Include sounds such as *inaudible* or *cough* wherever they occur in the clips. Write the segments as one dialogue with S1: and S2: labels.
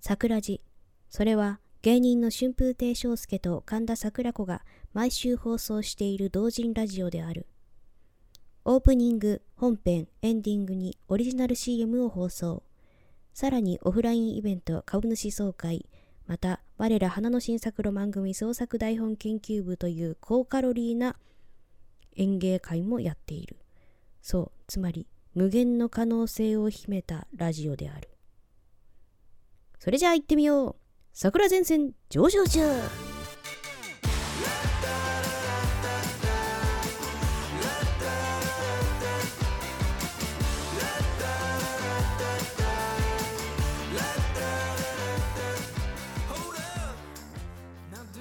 S1: 桜寺それは芸人の春風亭昇介と神田桜子が毎週放送している同人ラジオであるオープニング本編エンディングにオリジナル CM を放送さらにオフラインイベント株主総会また我ら花の新作ロマン組創作台本研究部という高カロリーな演芸会もやっているそうつまり無限の可能性を秘めたラジオであるそれじゃあ行ってみよう桜前線上昇中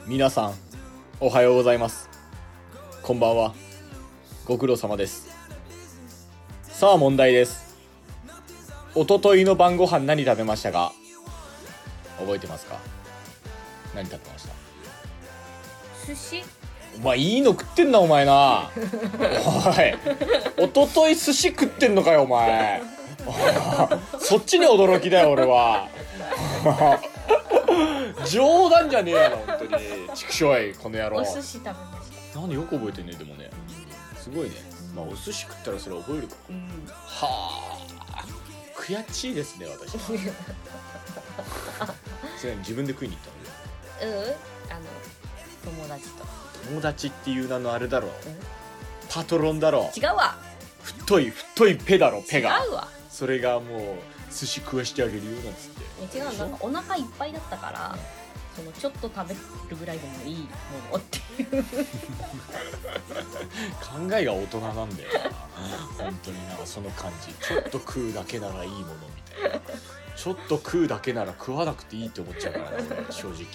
S2: 皆さんおはようございますこんばんはご苦労様ですさあ問題ですおとといの晩ご飯何食べましたか覚えてますか何食べました
S3: 寿司
S2: お前いいの食ってんなお前なおいおととい寿司食ってんのかよお前 *laughs* そっちに驚きだよ俺は *laughs* 冗談じゃねえやろ本当にちくしょいこの野郎
S3: お寿司食べました
S2: 何よく覚えてんねでもねすごいねまあお寿司食ったらそれ覚えるか
S3: *laughs* うん
S2: はあ悔しいですね私それは自分で食いに行ったの
S3: うんあの友達と
S2: 友達っていう名のあれだろパトロンだろ
S3: 違うわ
S2: 太い太いペだろペ
S3: 違
S2: が
S3: うわ
S2: それがもう寿司食わしてあげるよなんつって
S3: 違うなんかお腹いっぱいだったからそのちょっと食べるぐらいでもいいものっていう
S2: 考えが大人なんだよな本当になんかその感じちょっと食うだけならいいものみたいなちょっと食うだけなら食わなくていいって思っちゃうからな俺正直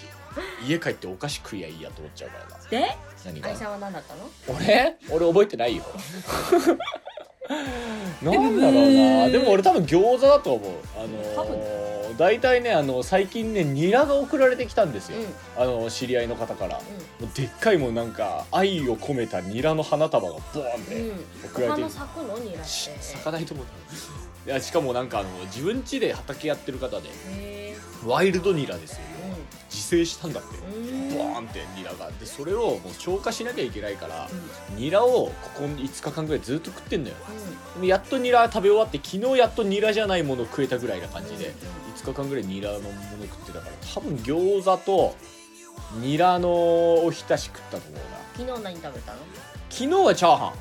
S2: 家帰ってお菓子食いやいいやと思っちゃうからな
S3: で
S2: 何が
S3: 愛さんは何だったの
S2: 俺俺覚えて *laughs* ないよなんだろうなでも俺多分餃子だと思うあ
S3: 多
S2: のー、大体ねあの最近ねニラが送られてきたんですよ、あの知り合いの方からもうでっかいもうなんか愛を込めたニラの花束がボーンって、
S3: うんうん
S2: 送られ
S3: 他
S2: て
S3: の咲くのにらって
S2: し咲かないと思ういやしかもなんかあの自分家で畑やってる方で
S3: へえ
S2: ワイルドニラですよ
S3: う
S2: 自生したんだって
S3: んうん
S2: ボーンってニラがでそれをもう消化しなきゃいけないから
S3: うん
S2: ニラをここ5日間ぐらいずっと食ってんのよでやっとニラ食べ終わって昨日やっとニラじゃないものを食えたぐらいな感じで5日間ぐらいニラのもの食ってたから多分餃子とニラのおひたし食ったと思うな
S3: 昨日何食べたの
S2: 昨日はチャーハ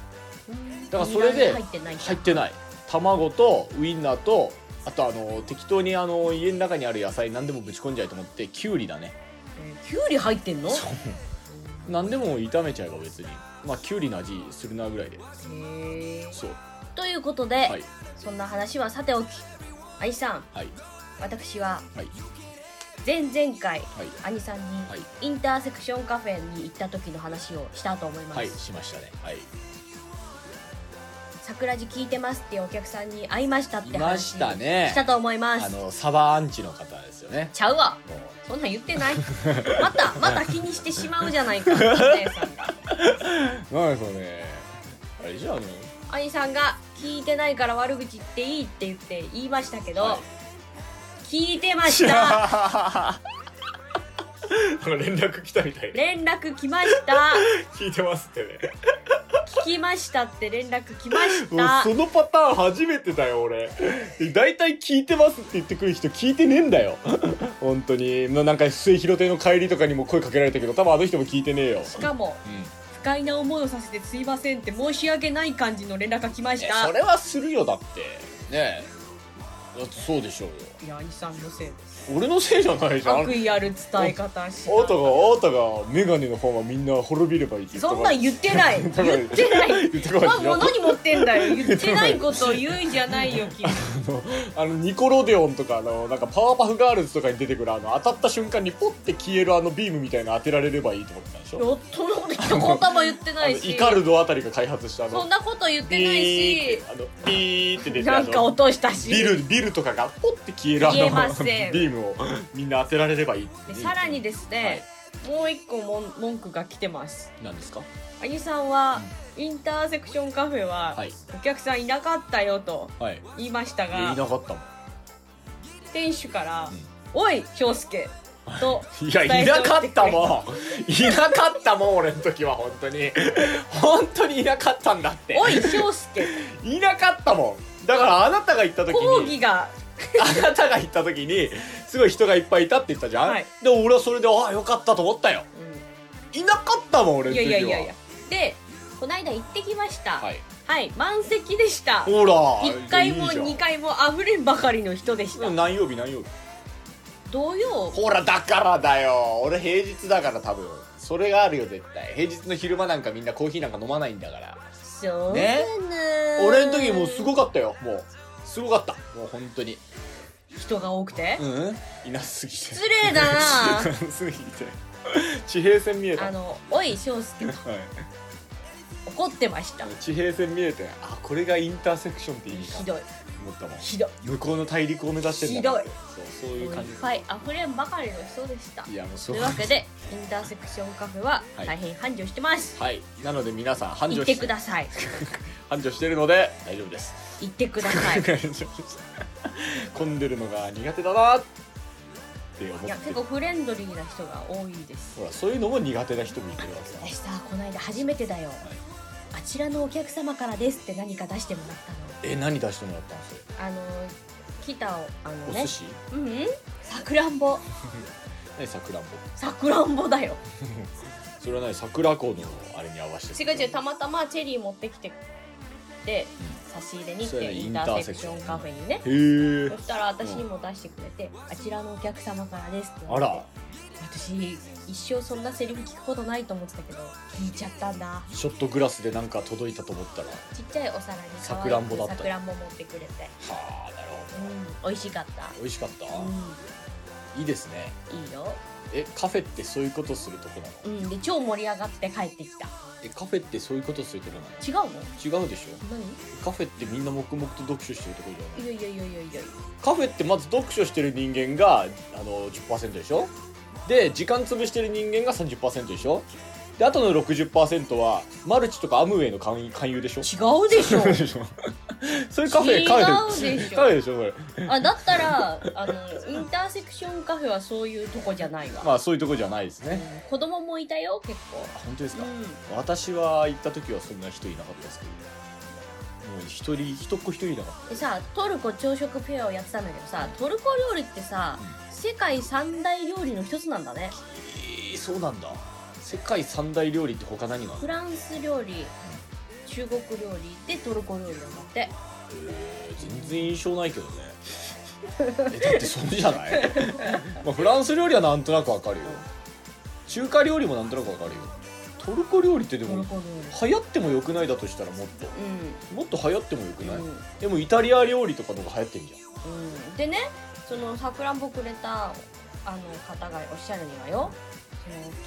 S2: ンだからそれで
S3: 入ってない
S2: 入ってない卵とウインナーとあとあの適当にあの家の中にある野菜何でもぶち込んじゃえと思ってきゅうりだね
S3: うんきゅうり入ってんのへ
S2: そう何でも炒めちゃえば別にまあきゅうりの味するなぐらいで
S3: え
S2: そう
S3: ということで、
S2: はい
S3: そんな話はさておき愛さん
S2: はい
S3: 私は
S2: はい
S3: 前々回
S2: はい
S3: 兄さんに
S2: はい
S3: インターセクションカフェに行った時の話をしたと思います、
S2: はいしましたねはい
S3: 桜地聞いてますっていうお客さんに会いましたって
S2: いまし
S3: 話
S2: たね
S3: したと思いま
S2: あ
S3: す
S2: のサバアンチの方ですよね
S3: ちゃうわ
S2: もう
S3: そんなん言って
S2: *laughs*
S3: ないまたまた気にしてしまうじゃないかお姉さんが
S2: 何それあれじゃあの
S3: 兄さんが聞いてないから悪口言っていいって言って言いましたけど、
S2: はい
S3: 聞いてました
S2: *laughs* 連絡来たみたい
S3: 連絡来ました
S2: 聞いてますってね
S3: 聞きましたって連絡来まし
S2: も *laughs* う
S3: た
S2: そのパターン初めてだよ俺大体聞いてますって言ってくる人聞いてねえんだよ本当にななんか末広亭の帰りとかにも声かけられたけど多分あの人も聞いてねえよ、
S3: しかも不快な思いをさせてすいませんって申し訳ない感じの連絡が来まし
S2: え
S3: た
S2: それはするよだってねえだってそうでしょうよ
S3: いや兄さんのせいです
S2: 俺のせいじゃないじゃんあ
S3: 悪意ある伝え方し
S2: なたがあなたが眼鏡のファンはみんな滅びればいいって言った
S3: *laughs* そんなん言ってない言ってない
S2: 言ってこないでしょ
S3: 物に持ってんだよ言ってないことを言うんじゃないよ君
S2: あのニコロデオンとかあのなんかパワーパフガールズとかに出てくるあの当たった瞬間にポッて消えるあのビームみたいなの当てられればいいと思ってたんでしょ
S3: よっとのこと一言も言ってな
S2: あの
S3: いし
S2: イカルドあたりが開発したあ
S3: そん
S2: の
S3: なこと言っ
S2: ビ
S3: てない
S2: ー
S3: し
S2: ってあのビーって出て
S3: な
S2: あ
S3: んか
S2: の
S3: 落としたし
S2: ビルビルとかがポッて消えるあ
S3: 消えま
S2: の
S3: せん
S2: ビームをみんな当てられればいい
S3: でさらにですね、もう一個もん文句が来てます
S2: 何ですか
S3: あゆさんはインターセクションカフェは
S2: はい
S3: お客さんいなかったよと
S2: はい
S3: 言いました
S2: 言
S3: が
S2: いなかったもん
S3: 店主から
S2: う
S3: おい京介
S2: *laughs*
S3: と
S2: いやいなかったもんいなかったもん俺の時は本当に本当にいなかったんだって
S3: おい京介
S2: いなかったもんだからあなたが行った時
S3: 講
S2: に
S3: 義が
S2: あなたが行った時にすごい人がいっぱいいたって言ったじゃん、
S3: はい
S2: で俺はそれでああよかったと思ったよ
S3: う
S2: いなかったもん俺
S3: ん
S2: の
S3: い
S2: 時
S3: や
S2: はい
S3: やいやいやでこないだ行ってきました
S2: はい、
S3: はい、満席でした
S2: ほら
S3: 1回も
S2: いいじゃん
S3: 2回もあふれんばかりの人でした
S2: 何曜日何曜日
S3: 同様
S2: ほらだからだよ俺平日だから多分それがあるよ絶対平日の昼間なんかみんなコーヒーなんか飲まないんだから
S3: そう
S2: ね
S3: なの
S2: 俺の時もうすごかったよもうすごかったもう本当に
S3: 人が多くて
S2: うんいなすぎて
S3: 失礼だな
S2: *laughs* いなすぎて地平線見えた
S3: あ
S2: はい
S3: のおい翔介怒ってました
S2: 地平線見えてあこれがインターセクションって意味か
S3: ひどい
S2: 思ったもん
S3: ひどい
S2: 向こうの大陸を目指してんだなってそうそう
S3: も
S2: いうう
S3: い
S2: 感
S3: っ
S2: じ
S3: ぱい溢れんばかりの人でした
S2: いやもうそ
S3: と
S2: う
S3: いうわけでインターセクションカフェは
S2: はい
S3: 大変繁盛してます、
S2: はいなので皆さん繁
S3: 行
S2: 盛
S3: っ
S2: して
S3: ください
S2: 繁盛してるので大丈夫です
S3: 行ってくだ
S2: *laughs*
S3: さい
S2: 混んでるのが苦手だなって思っ
S3: いや
S2: て
S3: 結構フレンドリーな人が多いです
S2: ほらそういうのも苦手な人もいるわけ
S3: 私
S2: さ
S3: さこの間初めてだよ、あちらのお客様からですって何か出してもらっ
S2: え何出してもらったんですか
S3: たのあの来たあの
S2: お
S3: ね
S2: 寿司
S3: うんうんさくらんぼ
S2: 何さくらんぼ
S3: さくらんぼだよ
S2: それは何桜子のあれに合わせて
S3: 違う違うたまたまチェリー持ってきてで差し入れにって
S2: そうやね
S3: インターセクショ
S2: イ
S3: ン
S2: ンタ
S3: カ
S2: ーセ
S3: フ
S2: ク
S3: ェにね
S2: へえ
S3: そしたら私にも出してくれて「あちらのお客様からです」って言
S2: あ
S3: われて
S2: ら
S3: 私一生そんなセリフ聞くことないと思ってたけど聞いちゃったんだ
S2: ショットグラスでなんか届いたと思ったらは
S3: ちっちゃいお皿に
S2: さくらんぼだった
S3: さくらんぼ持ってくれて
S2: あなるほ
S3: うん美味しかった
S2: ど美味しかった、
S3: う
S2: いいですね
S3: んいいよ
S2: えカフェってそういうことするとこなの
S3: うんで超盛り上がって帰ってきた
S2: えカフェってそういうことするとこなの
S3: 違うの
S2: 違うでしょ
S3: 何
S2: カフェってみんな黙々と読書してるとこじゃない
S3: いやいやいやいやいや
S2: カフェってまず読書してる人間があの10%でしょで時間潰してる人間が30%でしょであとの60%はマルチとかアムウェイの勧誘勧誘でしょ
S3: 違うでしょ
S2: *laughs* それカフェカフ
S3: 違うで
S2: ェ
S3: しょ
S2: カフェでしょこれ
S3: *laughs* あだったらあのインターセクションカフェはそういうとこじゃないわ、
S2: まあそういうとこじゃないですね
S3: うん子供もいたよ結構
S2: あ本当ですか、
S3: うん
S2: 私は行った時はそんな人いなかったですけどもう一人一っ子一人いなかっ
S3: でさトルコ朝食フェアをやってたんだけどさトルコ料理ってさ、世界三大料理の一つなんだね
S2: たえー、そうなんだ世界三大料理って他何がある
S3: フランス料理中国料理でトルコ料理なんだって
S2: えー全然印象ないけどねえだってそうじゃない *laughs* まあフランス料理はなんとなくわかるよ中華料理もなんとなくわかるよトルコ料理ってで
S3: トル
S2: も
S3: コ料
S2: 流行ってもよくないだとしたらもっと
S3: 理
S2: もっと流行ってもよく
S3: うん、
S2: ない、
S3: うん
S2: でもイタリア料理とかの方が流行ってんじゃん
S3: うん、でねそのさくらんぼくれたあの方がおっしゃるにはよ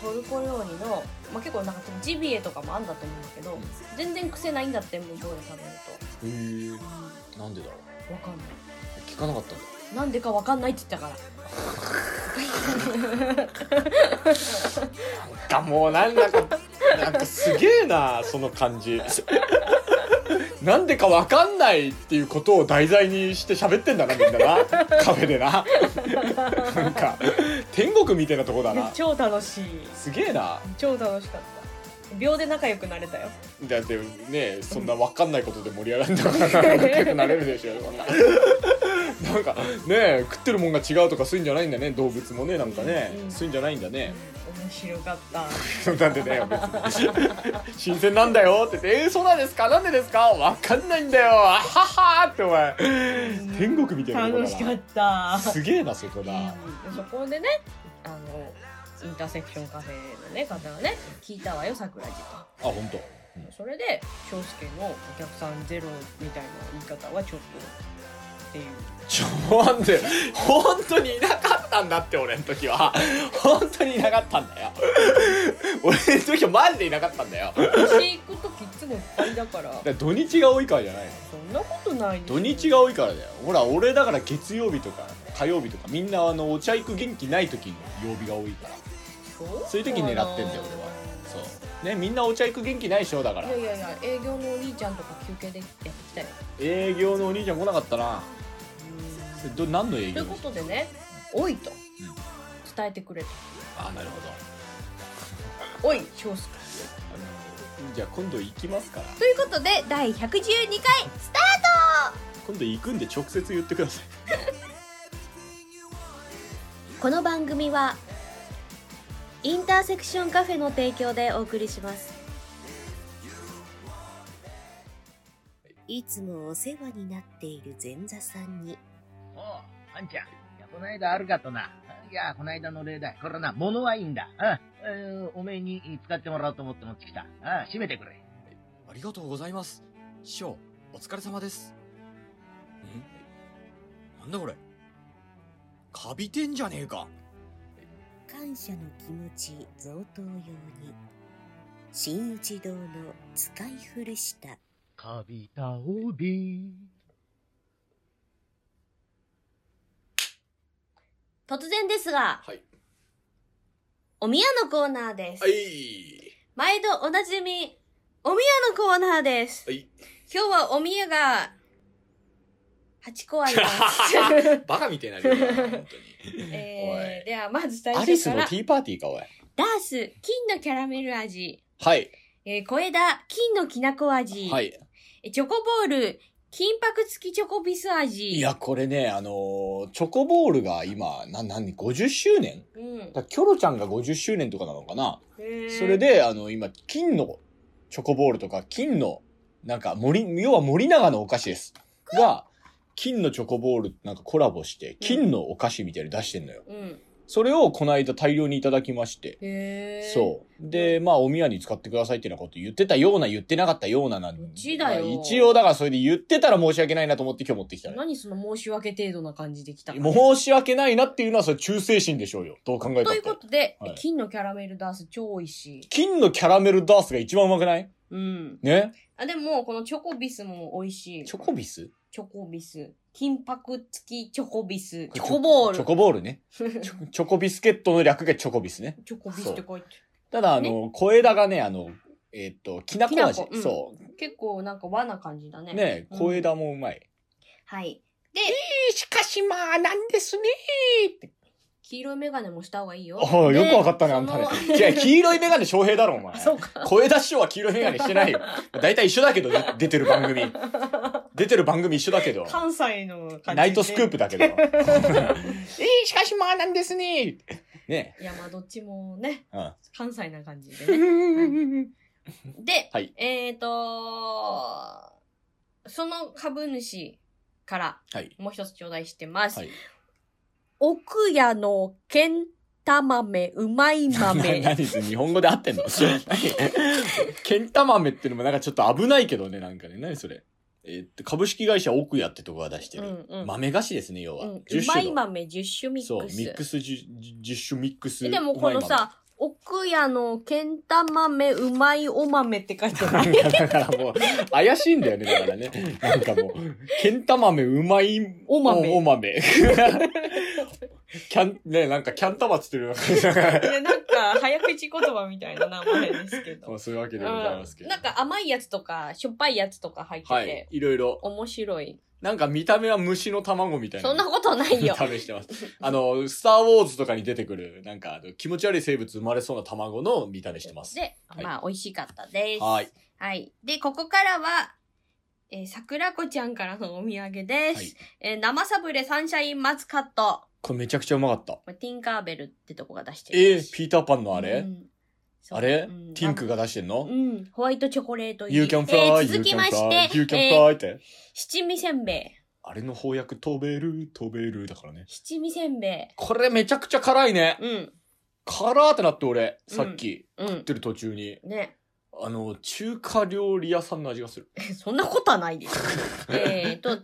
S3: そのトルコ料理の、まあ、結構なんかジビエとかもあんだと思うんだけど、
S2: うん
S3: 全然癖ないんだって向こうで食べる
S2: へえ
S3: と、
S2: なんでだろ
S3: わかんな
S2: う聞かなかったんだ
S3: いなんでかわかんないって言ったから
S2: だもうなんだかなんかすげえなその感じなんでかわかんないっていうことを題材にして喋ってんだなみんななカフェでななんか天国みたいなとこだな
S3: 超楽しい
S2: すげえな
S3: 超楽しかった秒で仲良くなれたよ
S2: だってねそんなわかんないことで盛り上がるんだから仲良くなれるでしょそんななんかね食ってるもんが違うとかするんじゃないんだね動物もねなんかね
S3: うん
S2: するんじゃないんだね
S3: 面白かった
S2: なんでだよ別に *laughs* 新鮮なんだよって言って「えー、そうなんですかなんでですかわかんないんだよあはは」ってお前天国みたいなとこ
S3: 楽しかった
S2: だなすげえなそこだ
S3: うんそこでねあのインターセクションカフェのね方がね聞いたわよ桜地と
S2: あ本当。
S3: それで翔介のお客さんゼロみたいな言い方はちょっとっていう
S2: ちょなんで本当にいなかったんだって俺の時は本当にいなかったんだよ俺の時はマジでいなかったんだよだか
S3: 私行く時いつもいっぱいだ
S2: *laughs*
S3: から
S2: ら土日が多いからじゃないの
S3: そんなことないでしょ
S2: 土日が多いからだよほら俺だから月曜日とか火曜日とかみんなあのお茶行く元気ない時の曜日が多いからそういう時狙ってんだよ俺はそうねみんなお茶行く元気ないでしょだから
S3: いやいやいや営業のお兄ちゃんとか休憩でやってきたよ
S2: 営業のお兄ちゃん来なかったなそれど何の営
S3: とい
S2: 業
S3: うことでね多いと伝えてくれた
S2: あなるほど
S3: 「おい
S2: あの
S3: 翔介
S2: じゃあ今度行きますから」
S3: ということで第112回スタート
S2: 今度行くんで直接言ってください
S1: この番組はインターセクションカフェの提供でお送りしますいつもお世話になっている前座さんに
S4: おう、あんちゃん。いや、こないだあるかとな。いや、こないだの例だ。これな、物はいいんだ。うん。えーおめえに使ってもらおうと思って持ってきた。ああ、閉めてくれ。
S2: ありがとうございます師匠お疲れ様ですんなんだこれカビてんじゃねえか
S1: 感謝の気持ち贈答用に新一堂の使い古した
S4: カビタオビ。
S1: 突然ですが
S2: はい
S1: お宮のコーナーです、
S2: はい
S1: 毎度おなじみお宮のコーナーです
S2: はい
S1: 今日はお宮が8個あり
S2: *laughs*
S1: ます、
S2: バカみたいになるよな本当に
S3: えー、ではまず最
S2: アリ
S3: 初
S2: ス
S3: か
S2: の
S3: ら
S2: ティーパーティーかおい
S3: ダース金のキャラメル味、
S2: はい
S3: えー、小枝金のきなこ味、
S2: はい
S3: えチョコボール金箔付きチョコビス味
S2: いや、これね、あのーチョコボールが今、な、なに、50周年
S3: うん
S2: だからキョロちゃんが50周年とかなのかな、そ
S3: そ
S2: れで、あの、今、金のチョコボールとか、金の、なんか、森、要は森永のお菓子です。が、金のチョコボールとなんかコラボして、金のお菓子みたいに出してんのよ。
S3: うん
S2: それをこの間大量にいただきまして、
S3: へー
S2: そう。で、まあ、お宮に使ってくださいっていうようなこと言ってたような、言ってなかったようななん
S3: うちだよ
S2: まあ一応、だからそれで言ってたら申し訳ないなと思って今日持ってきたのよ
S3: 何その申し訳程度な感じできたの
S2: 申し訳ないなっていうのはそれ忠誠心でしょうよ。どう考えた
S3: と
S2: っ
S3: い
S2: て
S3: う。ことで、
S2: はい
S3: 金のキャラメルダース超美味しい。
S2: 金のキャラメルダースが一番うまくない
S3: うん。
S2: ね
S3: あ、でも、このチョコビスも美味しい。
S2: チョコビス
S3: チョコビス。金箔付きチョコビス。チョコボール。
S2: チ
S3: チ
S2: ョコボールね。チ
S3: *laughs*
S2: ョチョコビスケットの略がチョコビスね。
S3: ョコビスって書いて
S2: ただ、あの、小枝がね、あの、えーっと、きなこ味
S3: きなこう。ん
S2: そ
S3: る。結構なんか和な感じだ
S2: う。
S3: ね。
S2: ね
S3: うん
S2: 小枝もうまい。
S3: はい。で、
S2: しかしまあ、なんですねって。
S3: 黄色いメガネもした方がいいよ。
S2: ああ、よくわかったね、
S3: で
S2: あんたね
S3: そ。
S2: 違う、黄色いメガネ翔平だろ、お前。
S3: の *laughs* そうか。
S2: 小枝師匠は黄色いメガネしてないよ。大体一緒だけど、で出てる番組。出てる番組一緒だけど。
S3: 関西の感じで。
S2: ナイトスクープだ
S3: *laughs*
S2: けど。えー、しかしまあなんですね。
S3: *laughs*
S2: ね
S3: いや、まあどっちもね、
S2: うん
S3: 関西な感じで
S2: え。 *laughs*
S3: ね。で、
S2: はい
S3: えっ、ー、とその株主から
S2: はい。
S3: もう一つ頂戴してます。
S2: はい。
S3: 奥屋のけんた豆、うま
S2: *laughs*
S3: い
S2: 何
S3: 豆。
S2: です日本語で合ってん
S3: *laughs*
S2: の何ケンタ豆っていうのもなんかちょっと危ないけどね、なんかね。何それ。えーっと、株式会社奥屋ってとこが出して
S3: う
S2: る。
S3: んうん。
S2: 豆菓子ですね、要
S3: う
S2: は。
S3: ん
S2: 10
S3: うまい
S2: 種の。
S3: 豆10種ミ
S2: そう、
S3: ッ
S2: ミ
S3: クス。
S2: ックス10 10種ミックス。
S3: でもこのさ、奥屋のけんた豆、うまいお豆って書いて
S2: う
S3: あ
S2: まい
S3: る。
S2: 豆。だからもう、怪しいんだよね、だからね。なんかもう、ケンタ豆うまい
S3: お豆。
S2: お豆。キャン、ね、なんかキャンタマつってるような感じ
S3: でなんか、早口言葉みたいな名前ですけ
S2: ま
S3: ど。
S2: あそういうわけ
S3: うん
S2: でございますけど。
S3: なんか甘いやつとか、しょっぱいやつとか入ってて、
S2: はい。いろいろ。
S3: 面白い。
S2: なんか見た目は虫の卵みたいな。
S3: そんなことないよ。
S2: *laughs* 試してます。あの、スターウォーズとかに出てくる、なんかあの気持ち悪い生物生まれそうな卵の見た目してます。
S3: で、
S2: はい
S3: まあ、美味しかったです。
S2: はい。
S3: はい。で、ここからは、えー、桜子ちゃんからのお土産です。
S2: はい
S3: えー生サブレサンシャインマスカット。
S2: これめちゃくちゃうまかった。
S3: これティンカーベルってとこが出して
S2: え
S3: や
S2: ー
S3: つ、
S2: ピーターパンのあれ、
S3: うんそう
S2: あれ、
S3: うん
S2: ティンクが出してん
S3: あ
S2: の、
S3: うん。ホワイトチョコレート入り。
S2: ?You can fly,
S3: えー
S2: you
S3: 続
S2: can
S3: きま
S2: fly,
S3: して、
S2: you can
S3: えー
S2: fly って。
S3: 七味せんべい。
S2: あれの翻訳飛べる、飛べるだからね。
S3: 七味せんべ
S2: これめちゃくちゃ辛いね。
S3: い。うん。
S2: 辛ーってなって俺、さっき、
S3: う
S2: 食ってる途中に。
S3: ん。ね。 *laughs*
S2: あの、中華料理屋さんの味がする。
S3: そんなことはないです。
S2: *laughs*
S3: えっと、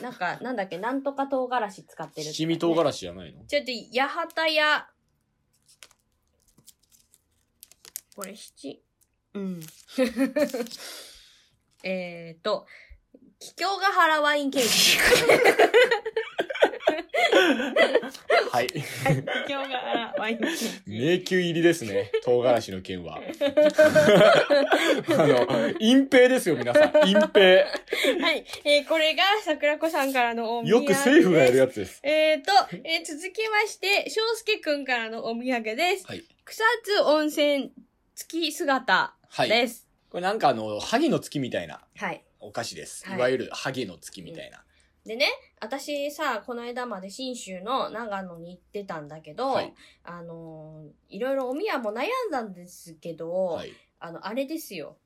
S3: なんか、なんだっけ、なんとか唐辛子使ってる、
S2: 七味唐辛子じゃない
S3: *laughs*
S2: の
S3: ちょっと、八幡屋。こ *laughs* れ七。うん。えっと、秘境が原ワインケー
S2: *laughs*
S3: キ。
S2: はい。
S3: 秘境が原ワインケーキ。
S2: 迷宮入りです
S3: *laughs*
S2: ね。唐辛子の件は。 *laughs* あの、隠蔽ですよ、皆さん。隠蔽。
S3: *laughs* はい。えーこれが桜子さんからのお土産
S2: よく政府がやる
S3: や
S2: やつです。
S3: えーと、えー続きまして、翔介くんからのお土産です。
S2: はい。
S3: 草津温泉付き姿
S2: はい。
S3: です。
S2: これなんかあの、萩の月みたいな
S3: はい。
S2: お菓子です。
S3: はい
S2: いわゆる萩の月みたいな。
S3: でね、私さ、この間まで信州の長野に行ってたんだけど、
S2: はい
S3: あのーいろいろおみやも悩んだんですけど、
S2: はい。
S3: あの、あれですよ。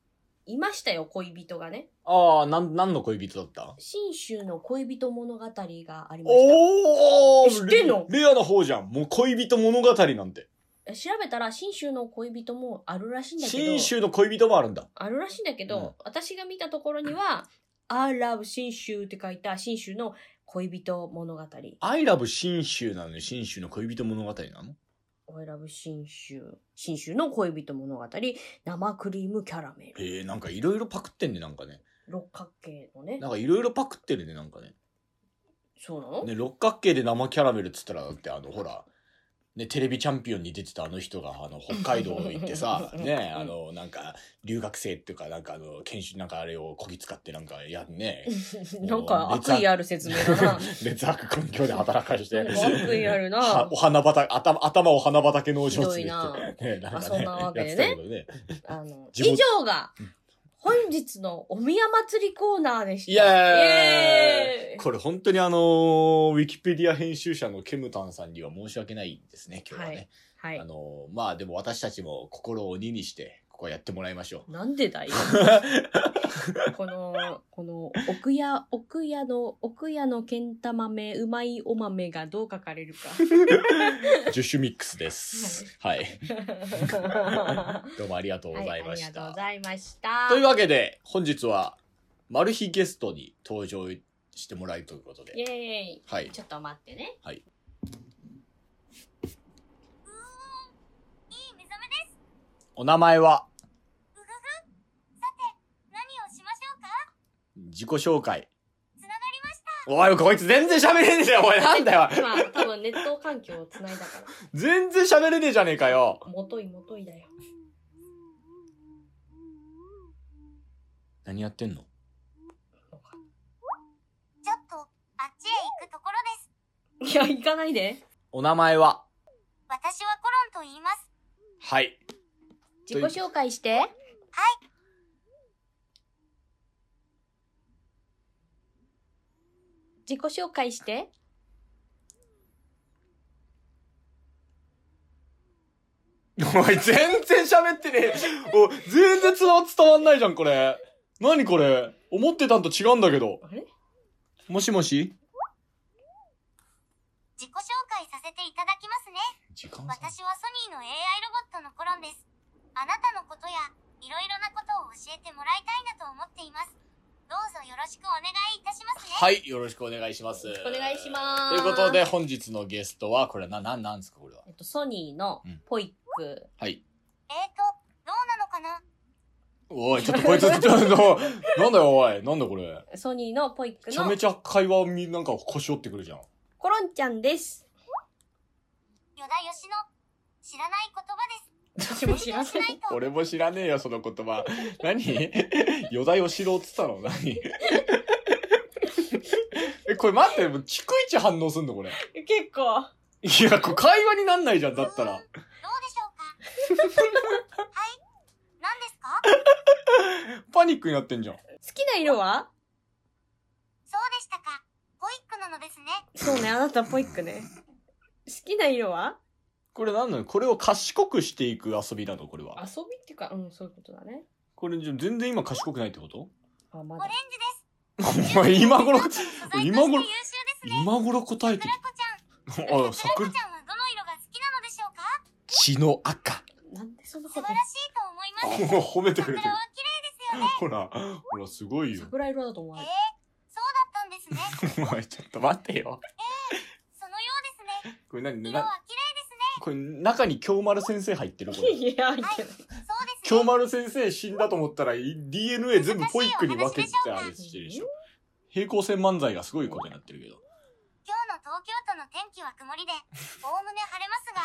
S3: いましたよ、恋人がね。
S2: ああ、なん、何の恋人だった
S3: 信州の恋人物語がありまし
S2: おお
S3: 知ってんの
S2: レレアな方じゃん。もう恋人物語なんて。
S3: た。調べたら、信州の恋人もあるらしいんだけど、
S2: 信州の恋人もあるんだ。
S3: あるらしいんだけど、
S2: うん
S3: 私が見たところには、I love 信州って書いた信州の恋人物語。
S2: I love 信州なのに信州の恋人物語なの
S3: I love 信州。信州の恋人物語。生クリームキャラメル。
S2: えー、なんかいろいろパクってんね、なんかね。
S3: 六角形のね
S2: な。んかいろいろパクってるね、なんかね。
S3: そうなの、、
S2: ね、六角形で生キャラメルっつったら、だってあの、ほら、ね、テレビチャンピオンに出てたあの人が、あの、北海道行ってさ
S3: うん
S2: ね、あの、なんか、留学生っていうか、なんかあの、研修なんかあれをこぎ使ってなんかやんね。
S3: *laughs* なんか悪意ある説明だな。
S2: 劣悪環 *laughs* 境で働かして。
S3: 悪意あるな
S2: *laughs* はお花畑、頭、頭お花畑農
S3: ひ
S2: 場
S3: ど
S2: つい
S3: い
S2: て。*laughs*
S3: な。
S2: ね、なんかね
S3: まあそんなわけでね
S2: やってたけどね。
S3: あの、
S2: 地元
S3: 以上が、本日のお宮祭りコーナーでした。
S2: イエーイ
S3: イエーイ
S2: これ本当にあのーウィキペディア編集者のケムタンさんには申し訳ないですね、今日はね。
S3: は
S2: あ
S3: い。
S2: のーまあでも私たちも心を鬼にして、ここはやってもらいましょ
S3: なん
S2: *laughs*
S3: でだよ。この、この、奥屋、奥屋の、奥屋のけん玉豆、うまいお豆がどう書かれ
S2: *laughs*
S3: るか。
S2: う。ジュシュミックスです。はい。
S3: は
S2: どうもありがとうご
S3: い、
S2: ざ
S3: あ
S2: いま
S3: り
S2: し
S3: がと
S2: た。
S3: うございました。
S2: というわけで、本日は、マル秘ゲストに登場してもらうということ
S3: イ
S2: で。
S3: エーイ。
S2: はい。
S3: ちょっと待ってね。
S5: いい目覚めで
S2: お名前は、
S5: 何をしましょうか
S2: 自己紹介。
S5: つながり
S2: おい、こいつ全然喋れねえじゃん、おい、なんだよ。
S3: 今、多分ネット環境をつないだか
S2: 全然喋れねえじゃねえかよ。
S3: ら。もといもといだよ。
S2: 何やってんの
S5: ちょっとあっちへ行くところです
S3: いや、行かないで。
S2: お名前は
S5: 私はコロンと言います
S2: はい。
S3: 自己紹介して。はい。自己紹介して。
S2: *laughs* おい、全然喋ってねえ。おい、全然伝わ伝わんないじゃん、これ。何これ思ってたんと違うんだけど。
S3: あれ
S2: もしもし
S5: 自己紹介させていただきますね
S2: 時間
S5: 私はソニーの AI ロボットのコロンですあなたのことやいろいろなことを教えてもらいたいなと思っていますどうぞよろしくお願いいたしますね
S2: はい、よろしくお願いします。
S3: お願いしま
S2: と
S3: す。
S2: いうことで、。本日のゲストは、これはな、な、なんですか、これは
S3: え。っと、ソニーの
S2: うん
S3: ポイック。
S2: はい。
S5: えーとどうなのかな
S2: おい、ちょっとこいつ、ちょっと、 *laughs* なんだよ、おい。なんだこれ。め
S3: ソニーのポイック
S2: ちゃめ
S3: の
S2: ちゃ会話み、なんか腰折ってくるじゃん。
S3: コロンちゃんです。
S5: 与田義の知らない言葉です
S3: 私も知 *laughs* ら
S5: しないと
S2: 俺も知らねえよ、その言葉。何与田義郎っつったの何 *laughs* え、これ待って、もう逐一反応すんのこれ。
S3: い。結構。
S2: いや、これ会話になんないじゃん、だったら。
S5: どうでしょう
S2: *laughs*
S5: かはい何ですか
S2: パニックになってんじゃん。
S3: 好きな色は
S5: そうでしたかホイックなのですね
S3: そうね、あなたポイックね。好きな色は
S2: これ何なのこれを賢くしていく遊びなのこれは。
S3: 遊びっていうか、うん、そういうことだね。
S2: これじゃ全然今賢くないってこと
S3: あ、ま
S5: オ
S3: だ。
S5: レンジです
S2: お前今頃、
S5: 素材として優秀
S2: 今頃
S5: ですね。
S2: 今頃答えて
S5: 桜子ちゃん、
S2: きた。あ、桜
S5: 桜子、ちゃんはどの色が好きなのでしょうか
S2: 血の赤。
S3: なんでそんなこ
S5: 素
S3: と
S5: 晴らしいと思います。
S2: 褒めてくれてる。
S5: 桜は綺麗ですよね。
S2: ほら、ほら、すごいよ。
S3: 桜色だと思われ
S5: え
S3: る。
S5: ー、そうだったんですね。
S2: お前ちょっと待ってよ。
S5: そのようです
S2: *laughs*
S5: ね。
S2: これ何
S5: 色
S2: な
S5: は綺麗ですね。
S2: これ中に京丸先生入ってるこ *laughs* れ。
S3: いや、いいけど。
S5: そうです
S2: 京
S5: ね。
S2: 丸先生死んだと思ったらい DNA 全部ポイックに分けてあれしてるでしょ。平行線漫才がすごいことになってるけど。
S5: 今日の東京都の天気は曇りで、おおむね晴れますが、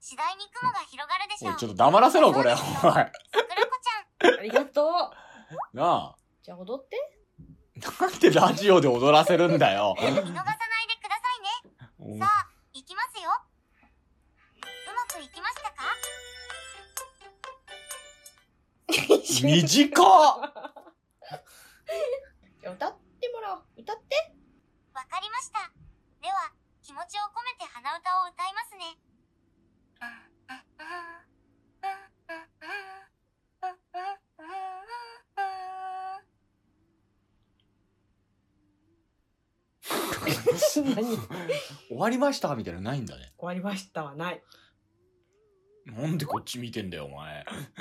S5: 次第に雲が広がるでし
S2: お
S5: ょ
S2: い、ちょっ
S5: う。
S2: と黙らせろ、こ
S5: *laughs*
S2: れ、お前。
S5: 桜子ちゃん、
S3: ありがとう。
S2: なあ。
S3: じゃあ踊って。
S2: なんでラジオで踊らせるんだよ。
S5: 見逃さないでくださいね。さあ、行きますよ。うまくいきましたか
S2: 短っ
S3: じゃあ歌ってもらおう。歌って。
S5: わかりました。では、気持ちを込めて鼻歌を歌いますね。
S3: 何終
S2: 終わりましたみたいなのないんだね。
S3: わりましたはない。
S2: なんでこっち見てんだよ、お前。
S5: そうなんで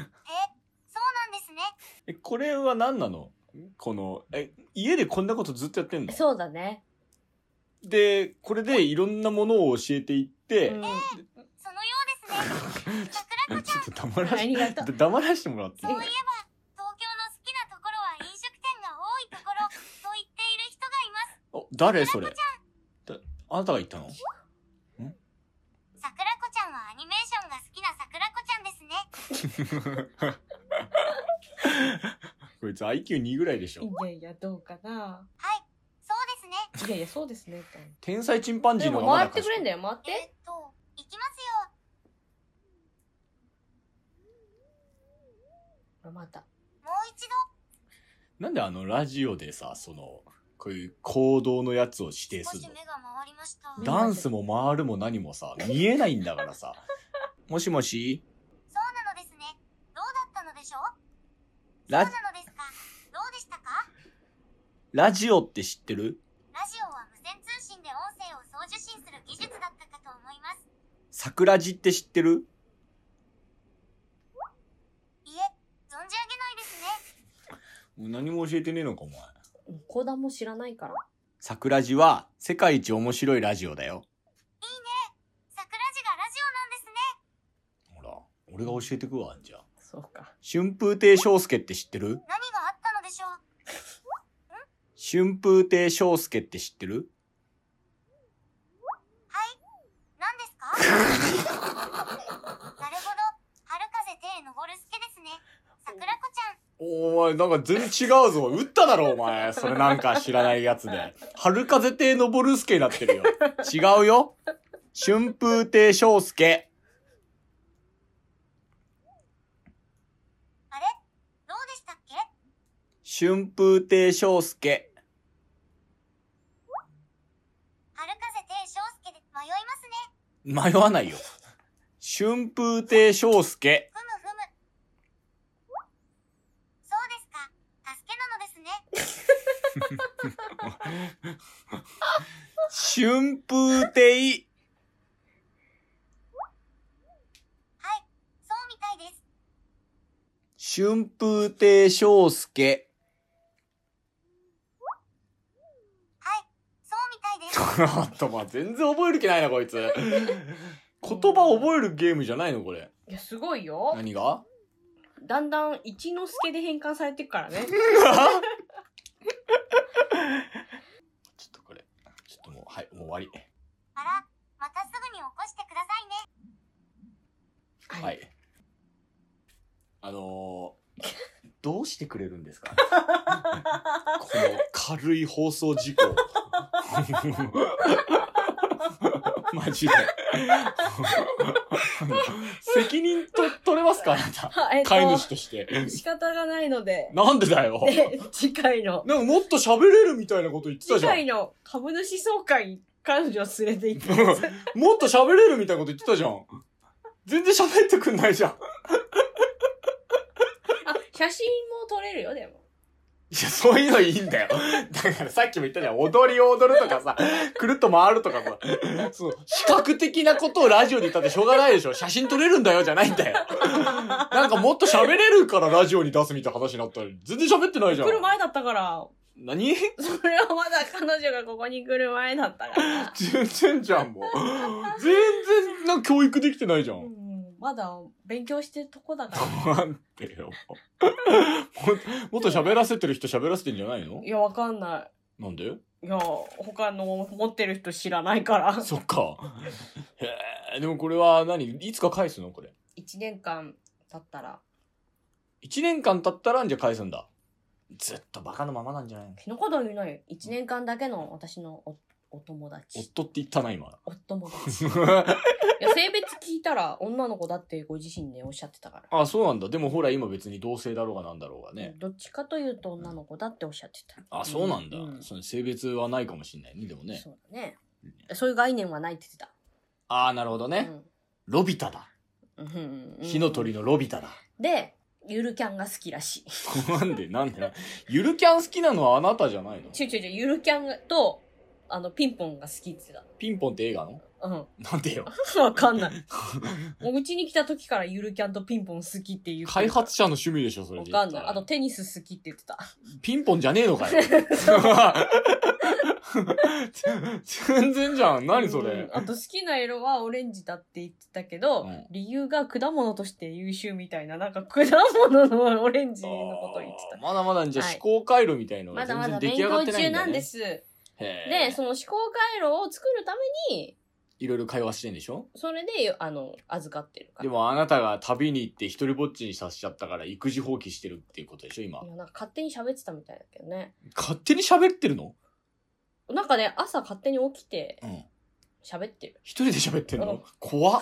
S5: すね。
S2: え、これは何なのこの、え、家でこんなことずっとやってんの
S3: そうだね。
S2: で、これでいろんなものを教えていって、
S3: うん。
S5: そのようですね。桜子
S2: ち
S5: ちゃ
S2: ょ
S5: ん、
S2: っと黙ら
S3: あ
S2: し
S3: りが *laughs* とう。
S2: て、黙らしてもらって
S5: そういえば、東京の好きなところは飲食店が多いところと言っている人がいます。
S2: お誰それだあなたが言ったの
S5: 桜子ちゃんはアニメーションが好きな桜子ちゃんですね。
S2: こいつ IQ2 ぐらいでしょ。
S3: いやいや、どうかな。
S5: そうですね。
S3: いやいや、そうですね。みたいな
S2: 天才チンパンジ
S3: で
S2: ーの
S3: も
S2: 方がまだ
S3: 回ってくれんだ
S2: よ。
S3: よ、回って。
S5: えっと、行きますよ。
S3: ほらまた。
S5: もう一度。
S2: なんであのラジオでさ、その、こういう行動のやつを指定
S5: 少
S2: する
S5: し
S2: の
S5: 目が回りました。
S3: だ
S2: ダンスも回るも何もさ、見えないんだからさ。 *laughs* もしもし
S5: そうなのですね。どうだったのでしょうそう
S2: ラ
S5: なのですかどうでしたか
S2: ラジオって知ってる
S5: ラジオは無線通信で音声を送受信する技術だったかと思います。
S2: 桜地って知ってる
S5: いえ、存じ上げないですね。
S2: もう何も教えてねえのか、お前。
S3: うん講談も知らないから。
S2: 桜地は世界一面白いラジオだよ。
S5: 桜地がラジオな
S2: ほ
S5: んですね。
S2: ら、俺が教えてくわ、じゃあ。
S3: そうか。
S2: 春風亭昇介って知ってる
S5: 何があったのでしょう
S2: 春風亭昇介って知ってる
S5: 何ですかなるほど。春風亭昇るすけですね。桜子ちゃ
S2: お
S5: ん。
S2: 前、なんか全然違うぞ。打っただろ、お前。それなんか知らないやつで。春風亭のぼるすけになってるよ。違うよ。春風亭昇介。
S5: あれどうでしたっけ
S2: 春風亭昇介。
S5: 春風亭昇介で迷います
S2: 迷
S5: ね。
S2: わないよ。春風亭昇介。
S5: ふむふむ。そうですか。助けなのですね。
S2: *laughs* 春風亭。
S5: はい。そうみたいです。
S2: 春風亭昇介。
S5: はい。そうみたいです。
S2: あと、まあ、全然覚える気ないな、こいつ。言葉覚えるゲームじゃないの、これ。
S3: いや、すごいよ。
S2: 何が
S3: だんだん、一之助で変換されてくからね。
S2: ちょっとこれ。ちょっともう、はい、もう終わ
S5: あら、またすぐに起こしてくださ
S2: り。
S5: いね。
S2: は。い。あの *laughs* ー、どうしてくれるんです *laughs* かこの軽い放送事故。 *laughs* マジで。責任と取れますかあなた。
S3: あ *laughs* えっと
S2: 飼い主として。
S3: 仕方がないので、
S2: なんでだよ。
S3: で次回の、
S2: なんかもっと喋れるみたいなこと言ってた
S3: 次
S2: じゃん
S3: 回。の株主総会に彼女を連れて行って、
S2: *laughs* もっと喋れるみたいなこと言ってたじゃん。全然喋ってくんないじゃん。い
S3: あ、写真も撮れるよ、でも。
S2: や、そういうのいいんだよ。だからさっきも言ったじゃん。踊りを踊るとかさ、くるっと回るとかさ、その、視覚的なことをラジオで言ったってしょうがないでしょ。写真撮れるんだよじゃないんだよ。なんかもっと喋れるからラジオに出すみたいな話になったら、全然喋ってないじゃん
S3: *laughs* 来。る前だったから、
S2: 何
S3: それはまだ彼女がここに来る前だったから。
S2: 全然じゃん、もう。全然、なんか教育できてないじゃん
S3: う。んまだ勉強してるとこだか
S2: なんてよ。ももっと喋らせてる人喋らせてんじゃない
S3: ら。
S2: の
S3: いや、わかんな
S2: なんで
S3: いや、他の持ってる人知らないから。
S2: そっか。へえ、でもこれは何いつか返すのこれ。
S3: 1年間経ったら、
S2: 1年間経ったらじゃあ返すんだ。ずっとバカのままなんじゃないの
S3: そのこと言うのよ。1年間だけの私のおお友達。
S2: 夫って言ったな、今。 *laughs*
S3: お友達。いや、性別聞いたら女の子だってご自身でおっしゃってたから。
S2: あ、そうなんだ。でもほら、今別に同性だろうがなんだろうがね。
S3: どっちかというと女の子だっておっしゃってた。
S2: あ、そうなんだ。
S3: うん
S2: その性別はないかもしんないね、でもね。
S3: そうだね。そういう概念はないって言ってた。
S2: ああ、なるほどね。ロビタだ。
S3: うんうんうん
S2: 火の鳥のロビタだ。
S3: で、ゆるキャンが好きらしい。 *laughs*
S2: なんで、なんでな。ゆるキャン好きなのはあなたじゃないの
S3: ちゅうちゅうちゅう、ゆるキャンと、あの、ピンポンが好きって言って
S2: ピンポンって映画の
S3: た。うん。 *laughs*
S2: なんでよ。
S3: わかんない。もううちに来た時からゆるキャンとピンポン好きっていう。
S2: 開発者の趣味でしょ、それ
S3: わ
S2: で。
S3: かんない。あと、テニス好きって言ってた。
S2: ピンポンじゃねえのか
S3: *laughs*
S2: よ。 *laughs* 全然じゃん。 *laughs* 何それ
S3: うん。あと好きな色はオレンジだって言ってたけど、
S2: うん
S3: 理由が果物として優秀みたいな、なんか果物のオレンジのことを言って
S2: あー
S3: た。
S2: まだまだじゃあ
S3: はい
S2: 思考回路みたいの
S3: ま
S2: が
S3: だ
S2: 全
S3: まだ
S2: 然出
S3: 勉
S2: 来上が
S3: 強
S2: ってない
S3: 中
S2: んだ、ね、
S3: なんです。
S2: へ
S3: で、
S2: ー
S3: その思考回路を作るために、
S2: いろいろ会話してんでしょ
S3: それで、あの、預かってるから。
S2: でもあなたが旅に行って一人ぼっちにさせちゃったから育児放棄してるっていうことでしょ今
S3: い。やなんか勝手に喋ってたみたいだけどね。
S2: 勝手に喋ってるの
S3: なんかね、朝勝手に起きて
S2: うん。
S3: 喋ってる。
S2: 一人で喋ってん
S3: うん
S2: の怖
S3: *laughs*
S2: っ。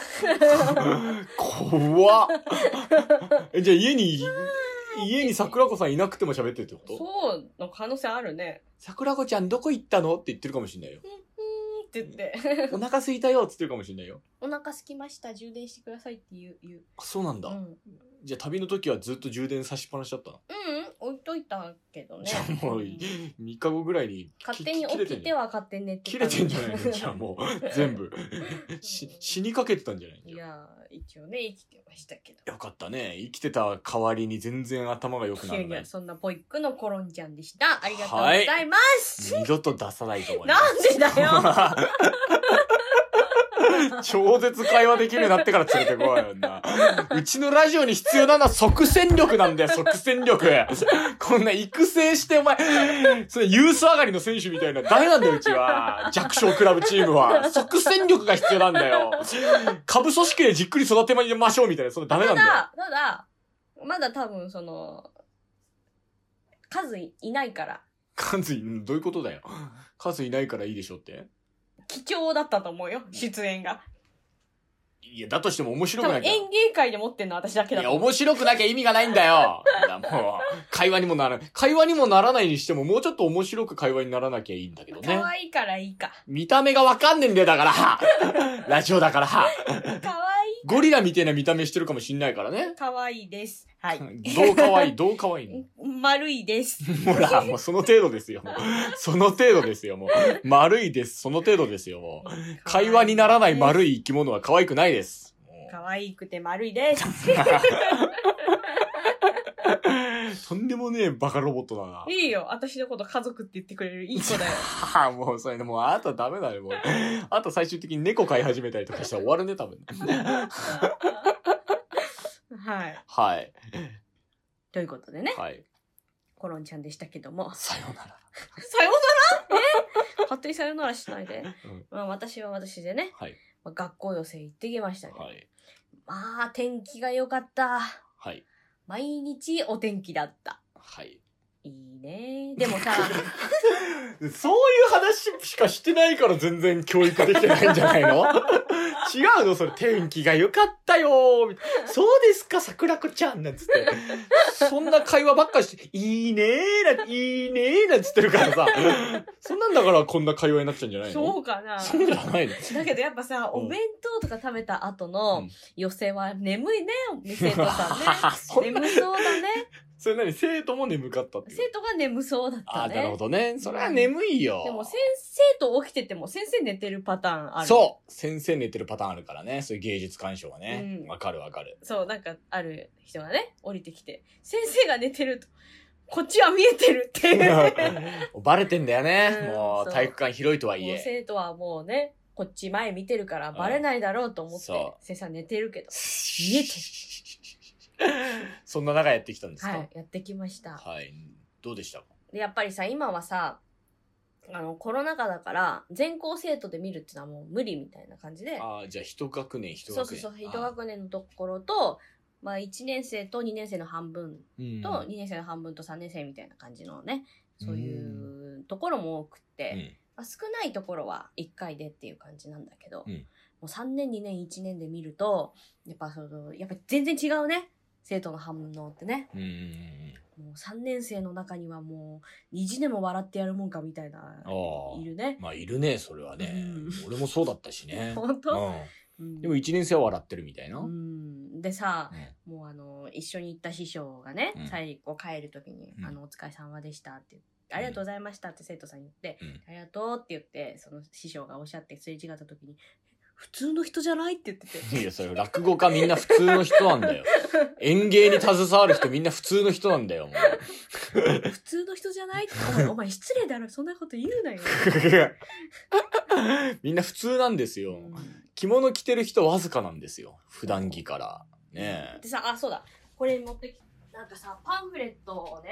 S2: 怖っ。えじゃあ家に、家に桜子さんいなくても喋ってるってこと
S3: そうの可能性あるね。
S2: 桜子ちゃんどこ行ったのって言ってるかもしんないよ。
S3: って言って。
S2: お腹空いたよって言ってるかもしんないよ。
S3: *laughs* お腹空きました、充電してくださいって言う。言う
S2: あそうなんだ。
S3: うん。うん、
S2: じゃあ旅の時はずっと充電さしっぱなしだったの。
S3: 置いといたけどね。
S2: じゃあもうい3日後ぐらいに
S3: 勝手に
S2: 切れ
S3: 起
S2: て
S3: き
S2: ん
S3: て
S2: じゃん
S3: は勝手に寝て
S2: 切れてんじゃない
S3: *laughs*
S2: のじゃあ
S3: い
S2: もう全部し死にかけてたんじゃないの
S3: やー、一応ね、生きてましたけど。
S2: よかったね生きてた代わりに全然頭が良く
S3: い
S2: な
S3: や
S2: ら
S3: い
S2: ない
S3: や、そんなポイックのコロンちゃんでした。ありがとうございま
S2: 二度と出さないと思います
S3: なん
S2: *laughs*
S3: でだよ
S2: 超絶会話できるようになってから連れてこいよな。うちのラジオに必要なのは即戦力なんだよ、即戦力。こんな育成して、お前、それユース上がりの選手みたいな、誰なんだよ、うちは。弱小クラブチームは。即戦力が必要なんだよ。株組織でじっくり育てましょうみたいな、それダメなん
S3: た
S2: だよ。
S3: だ、ただ、まだ多分その、数いないから、
S2: カズい、うんどういうことだよ。カズいないからいいでしょって。
S3: 貴重だったと思うよ、出演が。
S2: いや、だとしても面白
S3: 多
S2: くな
S3: 分
S2: きゃ。
S3: 演芸会で持ってんのは私だけだ
S2: い
S3: と
S2: や、
S3: 思う。
S2: 面白くなきゃ意味がないんだよ。いやもう、会話にもなら、会話にもならないにしても、もうちょっと面白く会話にならなきゃいいんだけどね
S3: 可。愛いからいいか。
S2: 見た目がわかんねえんだよ、だから。ラジオだから。
S3: 可愛い、
S2: ゴリラみたいな見た目してるかもしんないからね。
S3: 可愛いです。はい。
S2: どう可愛いどう可愛いの
S3: 丸いです。
S2: ほら、もうその程度ですよ。もうその程度ですよ、もう。丸いです。その程度ですよ、もう。 *laughs* 会話にならない
S3: い。
S2: 丸い生き物は可愛くないです。もう
S3: 可愛くて丸いです。
S2: とんでもねえバカロボットだな。
S3: いいよ。私のこと家族って言ってくれるいい子
S2: *laughs*
S3: だよ。
S2: はあ、もうそれね、もうあなたダメだよ、
S3: *laughs*
S2: もう。あと最終的に猫飼い始めたりとかしたら終わるね、多分。
S3: はい。
S2: はい。
S3: ということでね、
S2: はい。
S3: コロンちゃんでしたけども。
S2: さようなら。
S3: さよならえ勝手にさよならしないで。
S2: うん
S3: まあ私は私でね、
S2: はい。
S3: まあ学校寄せ行ってきましたけど。
S2: はい。
S3: まあ天気が良かった。
S2: はい。
S3: 毎日お天気だった。
S2: はい。
S3: いいね。
S2: *laughs*
S3: でもさ、
S2: そういう話しかしてないから全然教育できてないんじゃない
S3: *laughs*
S2: の違うのそれ、天気が良かったよーみたいなそうですか、桜子ちゃんなんつって。そんな会話ばっかりして、いいねーなん、いいねーなんつってるからさ。そんなんだからこんな会話になっちゃうんじゃないの
S3: そうかな。
S2: そうじゃないの
S3: だけどやっぱさ、
S2: うん
S3: お弁当とか食べた後
S2: う
S3: の
S2: ん
S3: 寄せは眠いね、 *laughs* 生
S2: *laughs*
S3: 徒さ
S2: そ
S3: んね。
S2: んな
S3: 眠そうだね。
S2: *laughs* それ何生徒も眠かったっていう
S3: 生徒が眠そうだっ
S2: あ
S3: た
S2: あ、なるほ
S3: ね。
S2: どね。それは眠いよ。
S3: でも先生と起きてても先生寝てるパターンある。
S2: そう先生寝てるパターンあるからね。そういう芸術鑑賞はね
S3: う。ん
S2: わ、かるわかる。
S3: そう、なんかある人がね、降りてきて、先生が寝てると、こっちは見えてる
S2: *laughs*
S3: っていう。
S2: バレてんだよね。
S3: うん
S2: も
S3: そう
S2: う体育館広いとはい
S3: もう
S2: え。
S3: 生徒はもうね、こっち前見てるからバレないだろうと思って、
S2: うんそう
S3: 先生は寝てるけど。
S2: 見えて *laughs* そんな中やってきたんですか
S3: はい、やってきました。
S2: はい。どうでしたか
S3: で、やっぱりさ、今はさ、あの、コロナ禍だから、全校生徒で見るっていうのはもう無理みたいな感じで、
S2: ああ、じゃあ一学年一
S3: そう
S2: 学
S3: そう
S2: 年。
S3: そう、一学年のところと、まあ1年生と2年生の半分
S2: 年
S3: と、2年生の半分と3年生みたいな感じのね、そういうところも多くって、まあ、少ないところは1回でっていう感じなんだけど、
S2: うん
S3: もう3年2年1年で見るとやっぱそのやっぱ全然違うね生徒の反応ってね
S2: うん。うん。
S3: もう3年生の中にはもう意地でも笑ってやるもんかみたいな
S2: ああ
S3: い。るね
S2: まあいるね、それはね
S3: うん。
S2: 俺もそうだったしね。
S3: *laughs* 本当、うん
S2: うん。でも一年生は笑ってるみたいな。
S3: う
S2: うん
S3: んでさもうあの一緒に行った師匠がね、
S2: うん
S3: 最後帰る時に「
S2: うん
S3: あのお疲れ様でした」って言って。ありがとうございましたって生徒さんに言って、
S2: うん
S3: ありがとうって言って、その師匠がおっしゃってすれ違った時に、普通の人じゃないって言って
S2: *laughs*
S3: て、
S2: いや、それ落語家みんな普通の人なん
S3: *laughs*
S2: だよ。演芸に携わる人みんな普通の人なんだよ、も
S3: *laughs*
S2: う。
S3: 普通の人じゃないってお前お前失礼だろそんなこと言
S2: *laughs*
S3: うなよ、
S2: みんな普通なんですよ。着物着てる人わずかなんですよ。普段着から。ね
S3: でさあそうだこれ持ってきなんかさパンフレットをね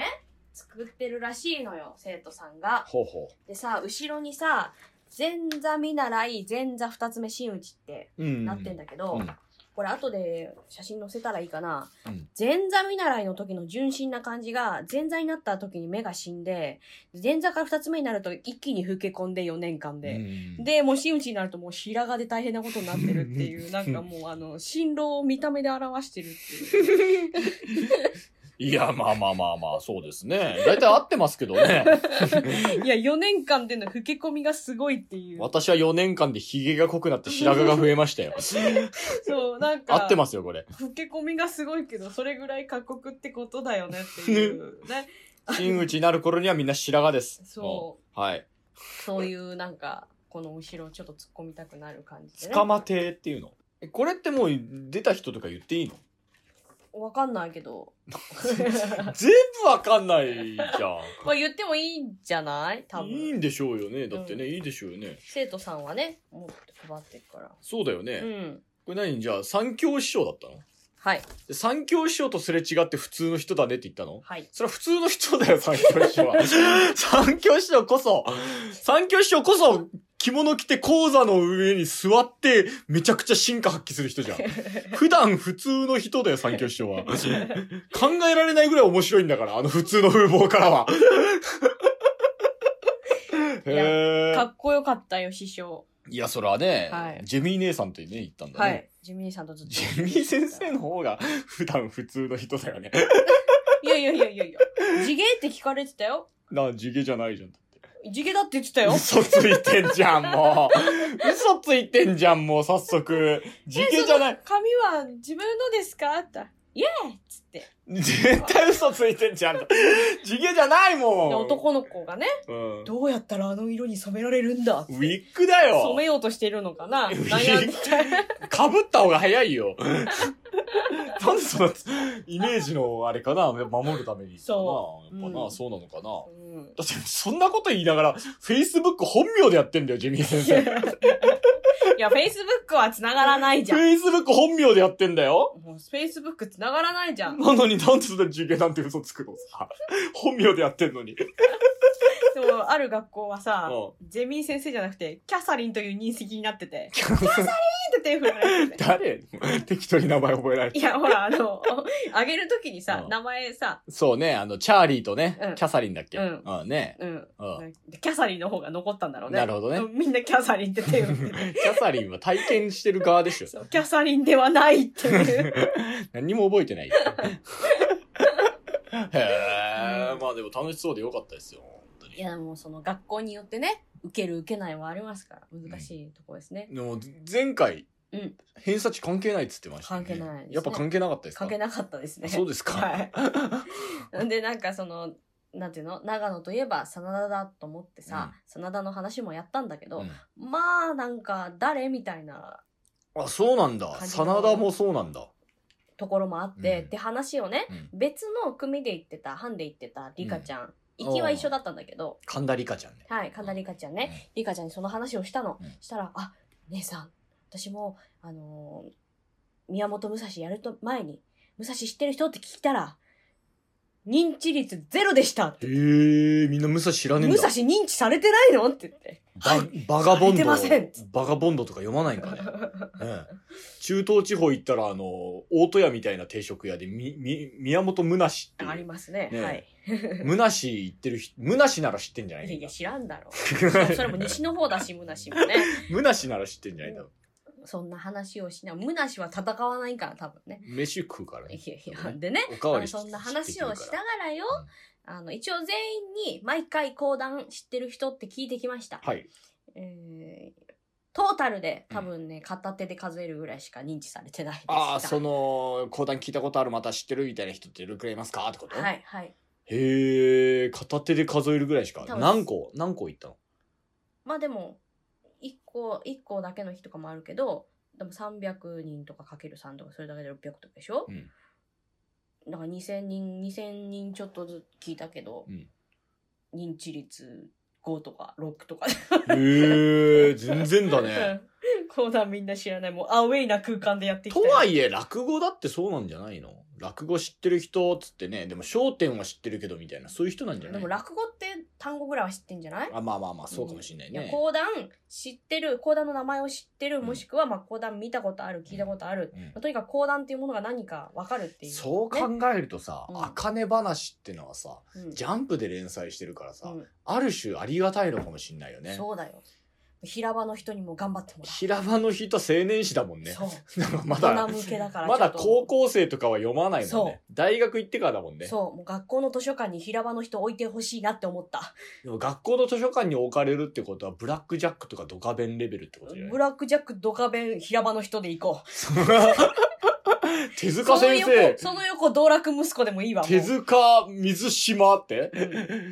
S3: 作ってるらしいのよ生徒さんが
S2: え。ほうほ
S3: でさ後ろにさ前座見習い前座二つ目真打ちって
S2: う。うん。
S3: なってんだけど、
S2: うん
S3: これ後で写真載せたらいいかな、
S2: うん
S3: 前座見習いの時の純真な感じが前座になった時に目が死んで前座から二つ目になると一気に老け込んで4年間で、
S2: うん
S3: で、もう真打ちになるともう平仮で大変なことになってるっていう、なんかもうあの、新郎を見た目で表してるっていう。
S2: いや、まあまあまあまあ、そうですね。大体合ってますけどね。
S3: *laughs* いや、4年間での老け込みがすごいっていう。
S2: 私は4年間で髭が濃くなって白髪が増えました
S3: *laughs*
S2: よ。
S3: そう、なんか、
S2: 合ってますよ、これ。
S3: 老け込みがすごいけど、それぐらい過酷ってことだよねっていう。ね、
S2: 真打ちになる頃にはみんな白髪です。。
S3: そう
S2: はい。
S3: そういうなんか、この後ろちょっと突っ込みたくなる感じで、ね。
S2: 捕まてっていうの。えこれってもう出た人とか言っていいの
S3: わかんないけど。
S2: 全部わかんないじ *laughs*
S3: *laughs* まあ言ってもいいんじゃない
S2: ゃ
S3: 多
S2: ん。いい
S3: 分。
S2: んでしょうよね。だってね、いいでしょうよね。
S3: 生徒さんはね、持って配ってるから。
S2: そうだよ
S3: う
S2: ね。
S3: ん。
S2: これ何じゃあ、三教師匠だったの
S3: はい。
S2: で三教師匠とすれ違って普通の人だねって言ったの
S3: はい。
S2: それは普通の人だよ、三教師匠は。 *laughs* 三教師匠こそ、三教師匠こそ、着物着て講座の上に座って、めちゃくちゃ進化発揮する人 *laughs* じゃん。普段普通の人だよ、三教師匠 *laughs* は。考えられないぐらい面白いんだから、あの普通の風貌からは。へ
S3: か
S2: ー
S3: っこよかったよ、師匠。
S2: いや、それはね、
S3: はい
S2: ジェミー姉さんとね、言ったんだ
S3: は
S2: ね。
S3: い。ジェミーさんとずっと。
S2: ジェミー先生の方が普段普通の人だよね。 *laughs*
S3: いやいやいやいやいや。地毛って聞かれてたよ。
S2: なあ、地毛じゃないじゃん。
S3: 地毛だって言ってたよ。
S2: 嘘ついてんじゃん、もう。嘘ついてんじゃん、もう、早速。時
S3: え
S2: 系じゃな。い
S3: そ。の髪は自分のですかって言ったらイエーイっつって。で
S2: 絶対嘘ついてんじゃん。時系じゃないもん。
S3: 男の子がね、
S2: うん。
S3: どうやったらあの色に染められるんだっ
S2: ウ
S3: て。
S2: ィッグだよ
S3: 染。めようとしてるのかな
S2: ィ
S3: 悩んで
S2: かぶった方が早い
S3: *laughs*
S2: よ。なんでその、イメージのあれかな守るために。
S3: そう
S2: なあやっぱな、
S3: うん
S2: そうなのかな
S3: うん
S2: だって、そんなこと言いながら、Facebook 本名でやってんだよ、ジェミー先生。
S3: いや、Facebook は繋がらないじゃん。
S2: Facebook 本名でやってんだよ。
S3: もう Facebook 繋がらないじゃん。
S2: なのになんでそんな受験なんて嘘つくのさ。本名でやってんのに。
S3: そう、ある学校はさ、
S2: う
S3: ジェミー先生じゃなくて、キャサリンという認識になってて、キャサリンって手振られてて。
S2: 誰 *laughs* 適当に名前覚えられ
S3: い
S2: て。
S3: や、ほら、あの、あげるときにさ
S2: う、ん
S3: 名前さ、
S2: そうね、あの、チャーリーとね、
S3: うん
S2: キャサリンだっけ。
S3: うん
S2: うん、ね。
S3: うん。 *laughs*
S2: うん。
S3: キャサリンの方が残ったんだろうね。
S2: なるほどね
S3: うんみんなキャサリンって手を打ってて
S2: キャサリンは体験してる側でしょ。
S3: *laughs* そうキャサリンではないっ
S2: *laughs*
S3: ていう。
S2: 何にも覚えてない。へ
S3: *laughs*
S2: え、まあでも楽しそうでよかったですよ。本当
S3: い
S2: に
S3: や、もうその学校によってね、受ける受けないはありますから、難しいとこですね。
S2: でも前回、
S3: うん
S2: 偏差値関係ないっつってましたよね、
S3: 関係ないですね
S2: やっぱ関係なかったですか
S3: 関係なかったですね。
S2: あそうですか。
S3: はい。で、 *laughs* なんかその、なんていうの長野といえば真田だと思ってさ、真田の話もやったんだけど、まあなんか誰みたいな
S2: うん *laughs* あ、そうなんだ。
S3: 感じ
S2: 真
S3: の
S2: 田もそうなんだ。
S3: ところもあって、
S2: うん
S3: って班をね、
S2: うん
S3: 別の組で行ってた班で行ってたリカちゃん、
S2: うん
S3: 行きは一緒だったんだけど
S2: 神田理香ちゃんね。
S3: はい神田リカちゃんね、リカちゃんにその話をしたの、
S2: うん
S3: したら「あ姉さん私もあのー宮本武蔵やると前に武蔵知ってる人って聞いたら認知率ゼロでしたって。
S2: へえ、みんな武蔵知らねえん
S3: 武
S2: だ。
S3: 蔵認知されてないのって言って。
S2: ババガボン
S3: 知
S2: ド
S3: られてません。
S2: バガボンドとか読まないんか
S3: *laughs*
S2: ね。うん中東地方行ったら、あの、大戸屋みたいな定食屋で、み、み、宮本むなしって
S3: あり
S2: い
S3: ますね。
S2: ねえ
S3: はい。
S2: う。むなし行ってる人、むなしなら知ってんじゃない
S3: いやいや、
S2: *laughs* み
S3: 知らんだろう。
S2: んな
S3: それも西の方だし、むなしもね。
S2: むなしなら知ってんじゃないだろ。
S3: そんな話をしない。むなしは戦わないから、多分ね。
S2: 飯食うから
S3: い
S2: ね。
S3: やいや、でね。
S2: おかわ
S3: あの
S2: り
S3: そんな話をし
S2: ら
S3: ながらよ、あの、一応全員に毎回講談知ってる人って聞いてきました。
S2: はい。
S3: えートータルで多分ね、片手で数えるぐらいしか認知されてないですが。
S2: ああ、その、講談聞いたことある、また知ってるみたいな人ってどれくらいいますかってこと
S3: はい、はい。
S2: へえ、片手で数えるぐらいしか
S3: 多。分
S2: 何個何個行ったの
S3: まあでも、一個、一個だけの日とかもあるけど、でも300人とかかける3とか、それだけで600とかでしょ、
S2: うん
S3: だから2000人、2000人ちょっとずつ聞いたけど、
S2: うん
S3: 認知率5とか6とか。
S2: へえ、全然だね。
S3: うん。 *laughs* 講談みんな知らない。もうアウェイな空間でやってきた
S2: と
S3: よ。
S2: はいえ、落語だってそうなんじゃないの落語知ってる人、つってね、でも、笑点は知ってるけど、みたいな、そういう人なんじゃな
S3: で
S2: い
S3: も落語って単語ぐらいは知ってんじゃない
S2: あ、まあまあまあ、そうかもしんない
S3: いや
S2: ね。
S3: 講談知ってる、講談の名前を知ってる、
S2: ん
S3: もしくはまあ講談見たことある、聞いたことある。
S2: うん
S3: まあとにかく講談っていうものが何かわかるっていう、
S2: そう考
S3: ね
S2: えるとさ
S3: う
S2: 「
S3: ん
S2: あかね話」ってのはさ
S3: うん
S2: ジャンプで連載してるからさ、
S3: うん
S2: ある種ありがたいのかもしんないよね
S3: そうだよ。平場の人にも頑張ってもらう。
S2: 平場の人青年誌だもんね
S3: そう。
S2: *laughs* なんかま
S3: 大
S2: だ
S3: 人向けだから
S2: まだ
S3: ちょっと
S2: 高校生とかは読まないもん
S3: そ
S2: ね大学行ってからだもんね
S3: そう、もう学校の図書館に平場の人置いてほしいなって思った。
S2: でも学校の図書館に置かれるってことはブラックジャックとかドカベンレベルってことじゃ
S3: ブ
S2: ない
S3: ラックジャックドカベン平場の人で行こう。
S2: *laughs* 手
S3: そ
S2: 塚
S3: の
S2: 先生
S3: 横、その横道楽息子でもいいわ。もう
S2: 手塚水島って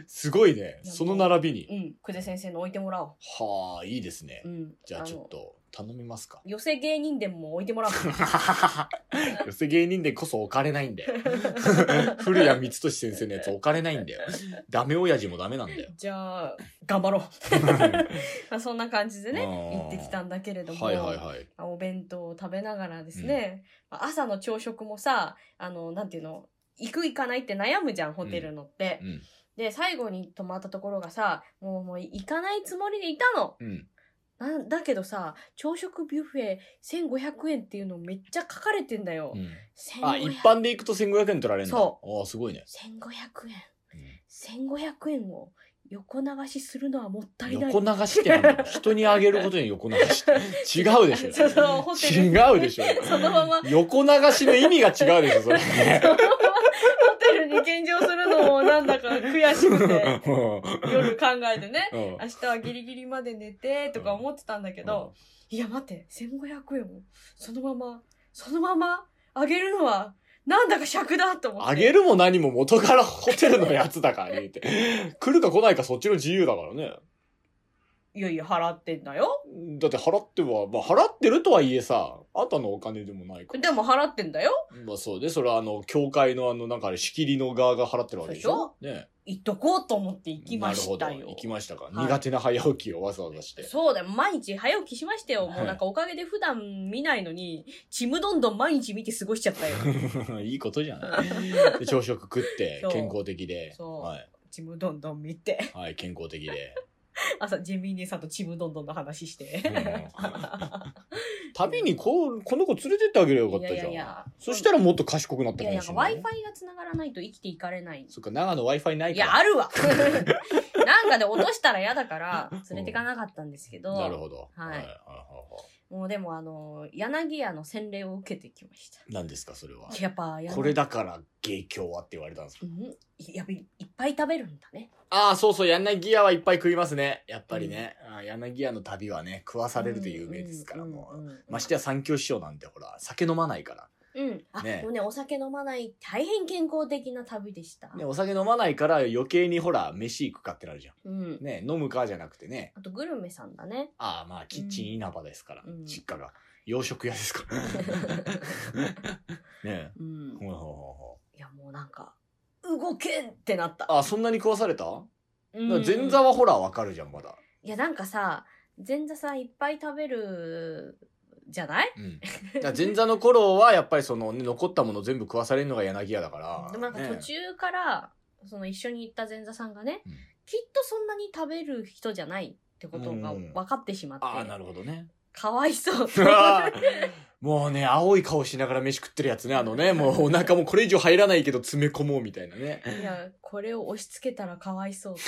S2: すごいね
S3: いや
S2: その並びに
S3: うん、久世先生の置いてもらお
S2: はあいいですね
S3: う。うん。
S2: じゃあちょっ
S3: の。
S2: と頼みますか
S3: 寄せ芸人伝も置いてもらおう。
S2: *laughs* 寄せ芸人で *laughs* こそ置かれないんだよ。古谷光俊先生のやつ置かれないんだよ。ダメ親父もダメなん
S3: *laughs*
S2: だよ。
S3: じゃあ、頑張ろう。 *laughs* まあそんな感じでね、
S2: うん
S3: 行ってきたんだけれども、
S2: はいはいはい。
S3: まあお弁当を食べながらですね、まあ朝の朝食もさ、あの、なんていうの、行く行かないって悩むじゃん、ホテルのって。
S2: うん。
S3: で、最後に泊まったところがさ、もうもう行かないつもりでいたの。
S2: うん。
S3: なんだけどさ、朝食ビュッフェ1500円っていうのめっちゃ書かれてんだよ。
S2: うん、
S3: 1500
S2: あ、一般で行くと1500円取られるんだ。
S3: そ
S2: ああ、すごいね。
S3: 1500円。
S2: うん
S3: 1500円を横流しするのはもったいない。
S2: 横流しってなんだ
S3: *laughs*
S2: よ人にあげることに横流しって。違うでしょ。
S3: そうそうホテル
S2: 違うでしょ。
S3: そのまま
S2: *laughs* 横流しの意味が違うでしょ、それ。
S3: ホテルに献上するのもなんだか悔しく
S2: *laughs*
S3: て、夜考えてね。
S2: うん
S3: 明日はギリギリまで寝てとか思ってたんだけど、いや待って、1500円をそのまま、そのままあげるのはなんだか尺だと思って。
S2: あげるも何も元からホテルのやつだからね
S3: *laughs*
S2: って。来るか来ないかそっちの自由だからね。
S3: いやいや払ってんだよ。
S2: だって払っては、まあ払ってるとはいえさ、あんたのお金でもないから。
S3: でも払ってんだよ。
S2: まあそうで、それはあの、教会のあの、なんかあれ仕切りの側が払ってるわけでしょね。
S3: 行っとこうと思って行きました
S2: なるほ
S3: よ
S2: ど。行きましたか。
S3: はい
S2: 苦手な早起きをわざわざして。
S3: そうだよ。毎日早起きしましたよ。
S2: はい
S3: もうなんかおかげで普段見ないのに、ちむどんどん毎日見て過ごしちゃったよ。
S2: *laughs* いいことじ
S3: *laughs*
S2: ゃない。で朝食食って
S3: そう、
S2: 健康的で。
S3: そう
S2: はい。
S3: ちむどんどん見て。 *laughs*
S2: はい、健康的で。
S3: 朝、ジェミー姉さんとちむどんどんの話して。
S2: *laughs* 旅にこう、この子連れてってあげればよかったじゃん。そしたらもっと賢くなっ
S3: い
S2: た
S3: や
S2: か
S3: いや、
S2: も
S3: なん
S2: しれ
S3: か
S2: ない。
S3: Wi-Fi が繋がらないと生きていかれない。
S2: そっか、長野 Wi-Fi ない
S3: い
S2: から。
S3: や、あるわ *laughs* なんかで落としたら嫌だから、連れてかなかったんですけど、
S2: なるほど。
S3: はい
S2: はいは
S3: もうでもあの、柳屋の洗礼を受けてきました。
S2: い何ですか、それは。
S3: やっぱ、や
S2: これ。だから、芸協はって言われたんですか
S3: うん、やっぱいっぱい食べるんだね。
S2: ああ、そうそう、柳屋はいっぱい食いますね。やっぱりね。あー柳屋の旅はね、食わされると有名ですから、
S3: うん
S2: も
S3: う
S2: う。
S3: んうん
S2: ましてや三協師匠なんてほら、酒飲まないか
S3: うん。あ、
S2: ね
S3: でもね、お酒飲まない、大変健康的な旅でした。
S2: ら。ね、お酒飲まないから余計にほら、飯行くかってなるじゃ
S3: うん
S2: ん。。ね、飲むかじゃなくてね。
S3: あと、グルメさんだね。
S2: ああ、まあ、キッチン稲葉ですから、
S3: うん
S2: 実家が。洋食屋ですから。
S3: *laughs*
S2: ね
S3: うん
S2: ほうほうほ
S3: いや、もうなんか、動けんってなった
S2: う。ほうあ、そんなに食わされただか
S3: う
S2: ら
S3: ん
S2: 前座
S3: *laughs*
S2: はほら、わかるじゃん、まだ。
S3: いや、なんかさ、前座さんいっぱい食べるじゃない
S2: うん、だから前座の頃はやっぱりその、ね、残ったもの全部食わされるのが柳家だから、
S3: でもなんか途中から、その一緒に行った前座さんがね、
S2: うん
S3: きっとそんなに食べる人じゃないってことが分かってしまって、
S2: ああなるほどね *laughs*
S3: かわいそう。
S2: うわーもうね青い顔しながら飯食ってるやつねあのねもうお腹もこれ以上入らないけど詰め込もうみたいなね
S3: *laughs* いや、これを押し付けたらかわいそう。
S2: *laughs*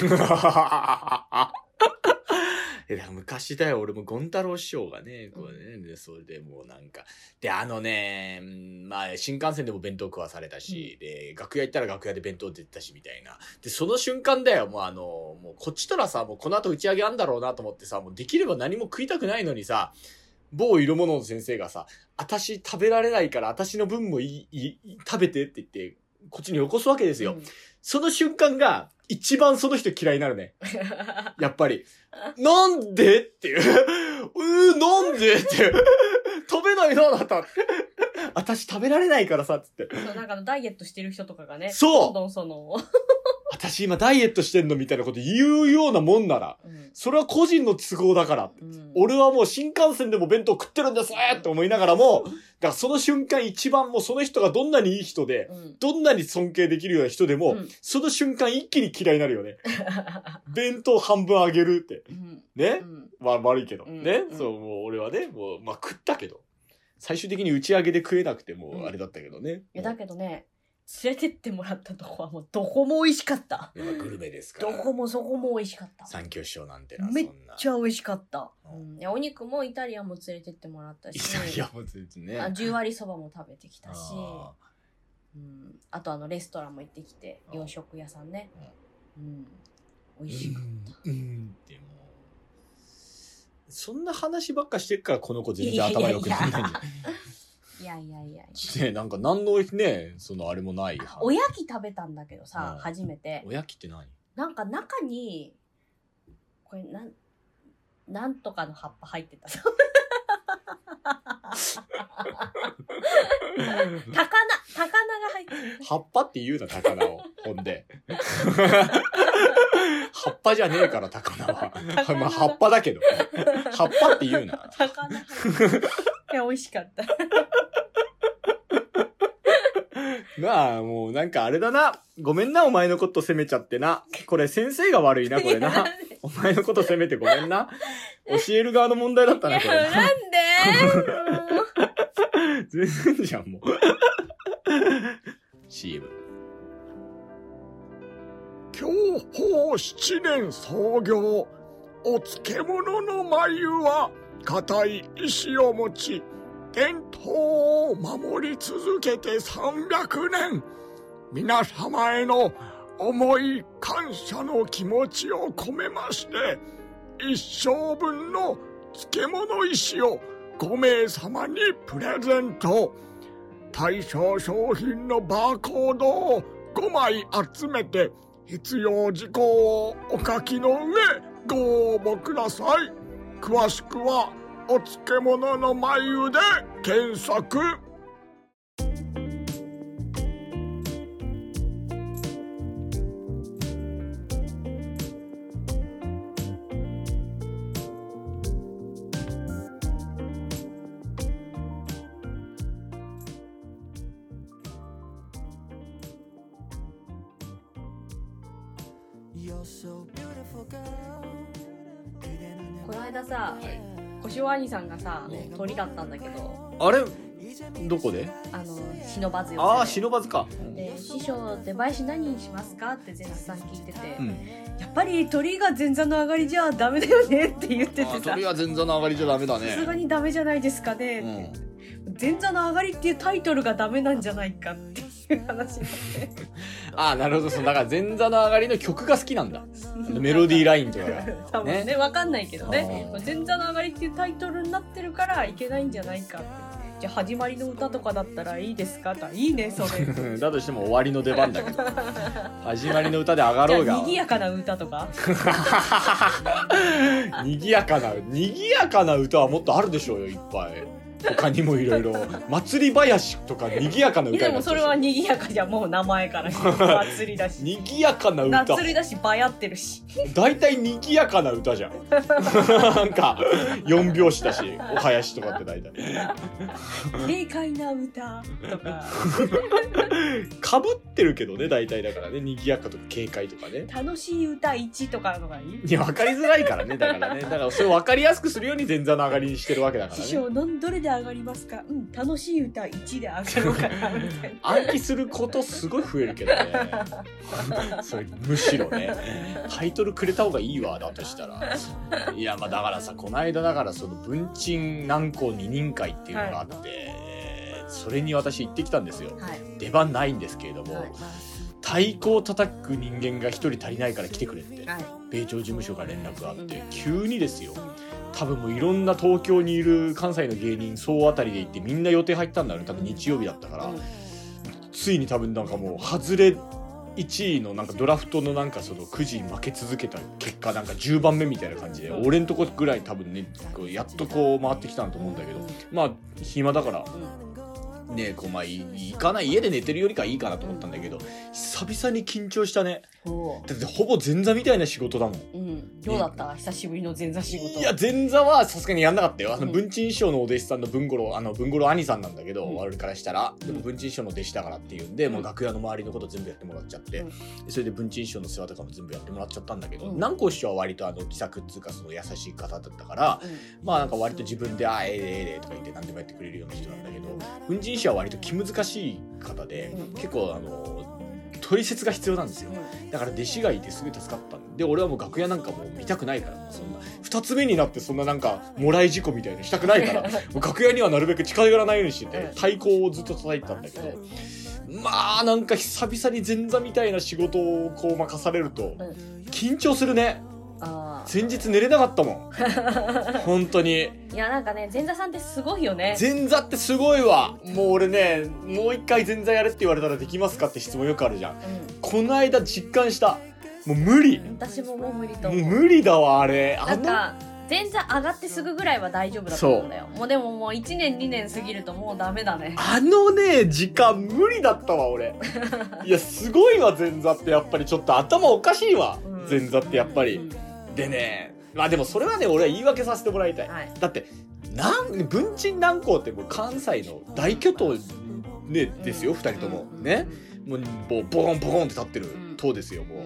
S2: えだから昔だよ俺もゴン太郎師匠がねこうねでそれでもうなんかであのね、うんまあ、新幹線でも弁当食わされたし、で楽屋行ったら楽屋で弁当出てたしみたいなでその瞬間だよもうあのもうこっちとらさもうこの後打ち上げあんだろうなと思ってさもうできれば何も食いたくないのにさ某色物の先生がさ「私食べられないから私の分もいいいい食べて」って言ってこっちによこすわけですよ、
S3: うん
S2: その瞬間が一番その人嫌いになる
S3: *laughs*
S2: ねやっぱり。なんでっていう。うー、なんでっていう。食べないな、あなた。私食べられないからさ、つって。
S3: そうなんかあのダイエットしてる人とかがね、
S2: そう
S3: どんどんその、
S2: 私今ダイエットしてんのみたいなこと言うようなもんなら、
S3: うん
S2: それは個人の都合だから。
S3: うん
S2: 俺はもう新幹線でも弁当食ってるんですって思いながらも、だからその瞬間一番もうその人がどんなにいい人で、
S3: うん
S2: どんなに尊敬できるような人でも、
S3: うん
S2: その瞬間一気に嫌いになるよね。弁当半分あげるって。
S3: うん
S2: ね、
S3: うん
S2: まあ悪いけど、
S3: うん
S2: ね、
S3: うん
S2: そうもう俺はねもうまあ食ったけど最終的に打ち上げで食えなくても
S3: うん
S2: うあれだったけどね、
S3: いやだけどね、連れてってもらったとこはもうどこも美味しかった。
S2: やっぱグルメですか
S3: ど
S2: ら
S3: こもそこも美味しかった。
S2: 三教師匠なんてな
S3: めっ
S2: そんな
S3: ちゃ美味しかった。
S2: う
S3: うん、いやお肉もイタリアンも連れてってもらったし、
S2: いやいやもう全然ね
S3: あ10割そばも食べてきたし、
S2: あ
S3: うん、あとあのレストランも行ってきて、
S2: あー
S3: 洋食屋さんね。うん、美味しかっ
S2: ーうんうんってもうそんな話ばっかしてるからこの子全然頭良くならないんだよ
S3: た。いやいやいやいや。
S2: ねなんか何のねそのあれもない
S3: おやき食べたんだけどさ
S2: う、ん
S3: 初めて。
S2: おやきって何
S3: なんか中に、これなん、なんとかの葉っぱ入って *laughs* た。高菜、高菜が入って
S2: 葉っぱって言うな、高菜を。ほん
S3: *laughs*
S2: で。葉っぱじゃねえから、高菜は。
S3: 高菜だ
S2: まあ、葉っぱだけど。葉っぱって言うな。
S3: た。高菜入ってた。いや、美味しかった。
S2: なあ、もうなんかあれだな。ごめんな、お前のこと責めちゃってな。これ先生が悪いな、これ
S3: いや *laughs*
S2: な。お前のこと責めてごめんな。教える側の問題だったな、これな。
S3: なんでもう
S2: 全然じゃん、 *laughs* もう。CM。
S6: 享保七年創業お漬物の眉は固い意志を持ち伝統を守り続けて300年皆様への思い感謝の気持ちを込めまして一生分の漬物石を5名様にプレゼント対象商品のバーコードを5枚集めて必要事項をお書きの上ご応募ください詳しくは「お漬物の眉」で検索
S3: *laughs* この間さ、小塩兄さんがさ、鳥だったんだけど、
S2: あれどこで
S3: あの、忍ばずよ。
S2: ああ、忍ばずか。
S3: で師匠出囃子何にしますかって前座さん聞いてて、
S2: うん。
S3: やっぱり鳥が前座の上がりじゃダメだよねって言っててさ
S2: 鳥は前座の上がりじゃダメだ
S3: さすが
S2: ね。
S3: にダメじゃないですか
S2: う
S3: ね、
S2: ん。
S3: 前座の上がりっていうタイトルがダメなんじゃないかっていう話になって
S2: ああなるほどそうだから前座の上がりの曲が好きなんだメロディーラインとかが
S3: 多分ね
S2: ね
S3: 分かんないけどね
S2: あ
S3: 前座の上がりっていうタイトルになってるからいけないんじゃないかってじゃあ始まりの歌とかだったらいいですかといいねそ
S2: *laughs*
S3: れじ
S2: うんだとしても終わりの出番だけど始まりの歌で上がろう
S3: ゃあ
S2: が
S3: 賑やかな歌とか
S2: にぎやかなにぎやかな歌はもっとあるでしょうよいっぱい他にもいろいろ祭り林とか賑やかな歌
S3: い
S2: に
S3: や
S2: なっちゃ
S3: でも
S2: う
S3: それは賑やかじゃんもう名
S2: *laughs*
S3: 前からして祭りだし
S2: 賑やかな歌
S3: 祭りだしばやって
S2: *laughs*
S3: るし
S2: 大体賑やかな歌じゃん *laughs* なんか4拍子だしお囃子とかって大体
S3: 軽快な歌とか
S2: かぶってるけどね大体だからね賑やかとか軽快とかね
S3: 楽しい歌1とかのがいい
S2: いや分かりづらいからねだからねだからそれを分かりやすくするように前座の上がりにしてるわけだから
S3: 師
S2: ね
S3: 匠なんどれで上がりますかうん楽しい歌1で上がるからみたいな
S2: 暗記することすごい増えるけどね *laughs* それむしろねタイトルくれた方がいいわだとしたらいやまあだからさこの間だからその文鎮南高二人会っていうのがあって、それに私行ってきたんですよ
S3: はい
S2: 出番ないんですけれども、
S3: はい
S2: 太鼓を叩く人間が一人足りないから来てくれって
S3: はい
S2: 米朝事務所から連絡があって急にですよ多分もういろんな東京にいる関西の芸人総当たりで行ってみんな予定入ったんだろうね多分日曜日だったから、
S3: うん
S2: ついに多分なんかもう外れ1位のなんかドラフトのなんかそのくじに負け続けた結果なんか10番目みたいな感じで俺んとこぐらい多分ねこうやっとこう回ってきたんだと思うんだけどまあ暇だからねこうまあい行かない家で寝てるよりかはいいかなと思ったんだけど久々に緊張したね
S3: そ
S2: だってほぼ前座みたいな仕事だもん
S3: ううんどうだった久しぶりの前座仕事
S2: いや前座はさすがにやんなかったよあの
S3: うん
S2: 文鎮師匠のお弟子さんの文五郎あの文五郎兄さんなんだけど、
S3: うん
S2: 我々からしたらでも
S3: うん
S2: 文鎮師匠の弟子だからっていうんで、もううん楽屋の周りのこと全部やってもらっちゃって、
S3: うん
S2: それで文鎮師匠の世話とかも全部やってもらっちゃったんだけど、
S3: うん
S2: 南光師匠は割とあの気さくっつうかその優しい方だったから、
S3: うん
S2: まあなんか割と自分で「あええでええで」とか言って何でもやってくれるような人なんだけど文鎮師匠は割と気難しい方で、
S3: うん
S2: 結構あの取説が必要なんですよ。だから弟子がいてすごい助かったんで俺はもう楽屋なんかもう見たくないからそんな2つ目になってそんななんかもらい事故みたいなしたくないからもう楽屋にはなるべく近寄らないようにしてて太鼓をずっと叩いてたんだけどまあなんか久々に前座みたいな仕事をこう任されると
S3: うん
S2: 緊張するね
S3: あ
S2: 前日寝れなかったもん本当に
S3: ーいやなんかね前座さんってすごいよね
S2: 前座ってすごいわもう俺ねもう一回前座やれって言われたらできますかって質問よくあるじゃんこの間実感したもう無理
S3: うん私ももう無理と
S2: もう
S3: 思う
S2: 無理だわあれ
S3: な
S2: あ
S3: ん
S2: の
S3: か前座上がってすぐぐらいは大丈夫だと思うんだよもうでももう1年2年過ぎるともうダメだね
S2: あのね時間無理だったわ俺
S3: *laughs*
S2: いやすごいわ前座ってやっぱりちょっと頭おかしいわ、
S3: うん
S2: 前座ってやっぱり、
S3: うん
S2: でねまあでもそれはね俺は言い訳させてもらいたい、
S3: はい
S2: だってなん文鎮南高ってもう関西の大巨頭ねですよ、二人ともねもうもうボコンボコンって立ってる
S3: ん
S2: 党ですよもう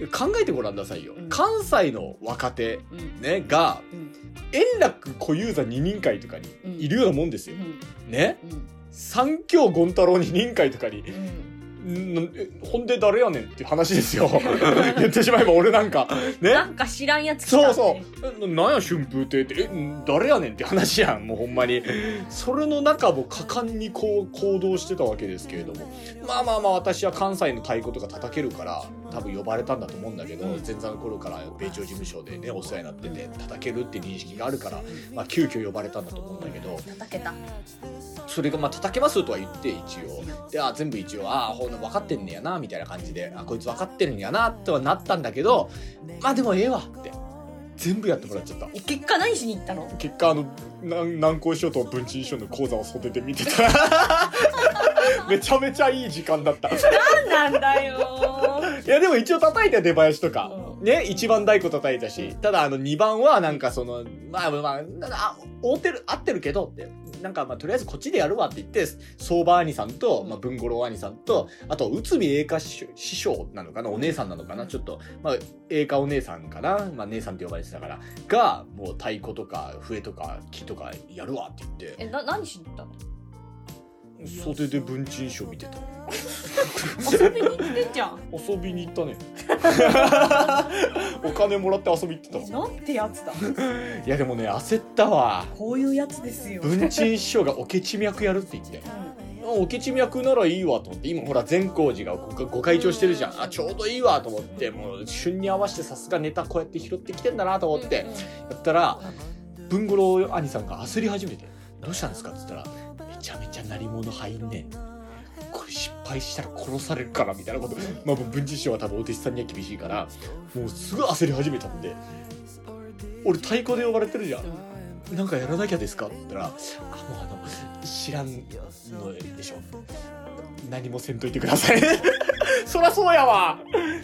S3: うん、
S2: 考えてごらんなさいよ、
S3: うん
S2: 関西の若手
S3: うんうん
S2: ねが
S3: うん
S2: 円楽小遊三二人会とかに
S3: うん
S2: いるようなもんですよ、ね
S3: うん
S2: 三協権太郎二人会とかに、
S3: うん
S2: んえほんで誰やねんっていう話です
S3: *laughs*
S2: よ。言ってしまえば俺なんか、
S3: な
S2: ね。
S3: んか知らんやつ来た
S2: そうそう。ななんや春風亭って、え、ん誰やねんって話やん、もうほんまに。それの中も果敢にこう行動してたわけですけれども。まあまあまあ私は関西の太鼓とか叩けるから、多分呼ばれたんだと思うんだけど、
S3: うん
S2: 前座の頃から米朝事務所でね、お世話になってて、叩けるって認識があるから、まあ急遽呼ばれたんだと思うんだけど、
S3: 叩けた
S2: それがまあ叩けますとは言って一応であ全部一応ああほんな分かってんねやなみたいな感じであこいつ分かってるんやなとはなったんだけどまあでもええわって全部やってもらっちゃった
S3: 結果何しに行ったの
S2: 結果あの南南高師匠と文鎮師匠の講座を袖で見てた *laughs* めちゃめちゃいい時間だったい
S3: なんだよ
S2: やでも一応叩いたよ出囃子とか、
S3: う
S2: ね一番太鼓叩いたしただあの二番はなんかそのまあまあまあなんかあ合ってる合ってるけどってなんかまあとりあえずこっちでやるわって言って相場兄さんと、まあ、文五郎兄さんとあと内海栄華師師匠なのかなお姉さんなのかなちょっと、まあ、栄華お姉さんかな、まあ、姉さんって呼ばれてたからがもう太鼓とか笛とか木とかやるわって言って
S3: えな何しに行ったの
S2: 袖で文鎮書見てた
S3: 遊びに行ってんじゃん
S2: 遊びに行 *laughs* ったねお金もらって遊び行ってた
S3: えなんてやつだ
S2: いやでもね焦ったわ
S3: こういうやつですよ
S2: 文鎮師匠がおけち脈やるって言ってあおけち脈ならいいわと思って今ほら善光寺がごご開帳してるじゃんあちょうどいいわと思ってもう旬に合わせてさすがネタこうやって拾ってきてんだなと思ってやったら文五郎兄さんが焦り始めて「どうしたんですか?」っつったら「めちゃめちゃ鳴り物入んねん」これ失敗したら殺されるからみたいなことまあ文治師匠は多分お弟子さんには厳しいからもうすぐ焦り始めたんで俺太鼓で呼ばれてるじゃんなんかやらなきゃですか?」って言ったら「あもうあの知らんのでしょ何もせんといてください」 *laughs* そらそうやわ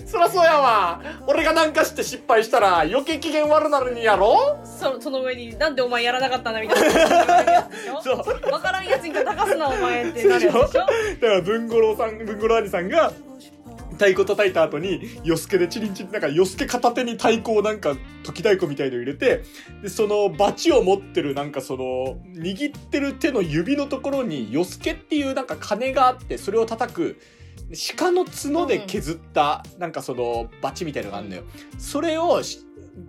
S2: そらそうやわ俺がなんかして失敗したら余計機嫌悪なるんやろ
S7: そその上になんでお前やらなかったんだみたいな
S2: *laughs* そう
S7: 分からんやつに叩かすなお前ってなるやつでしょ
S2: だから文五郎さん文五郎兄さんが太鼓叩いた後によすけでチリンチリンなんかよすけ片手に太鼓をなんか時太鼓みたいの入れてでそのバチを持ってるなんかその握ってる手の指のところによすけっていうなんか鐘があってそれを叩く鹿の角で削ったなんかそのバチみたいのがあるのよそれをし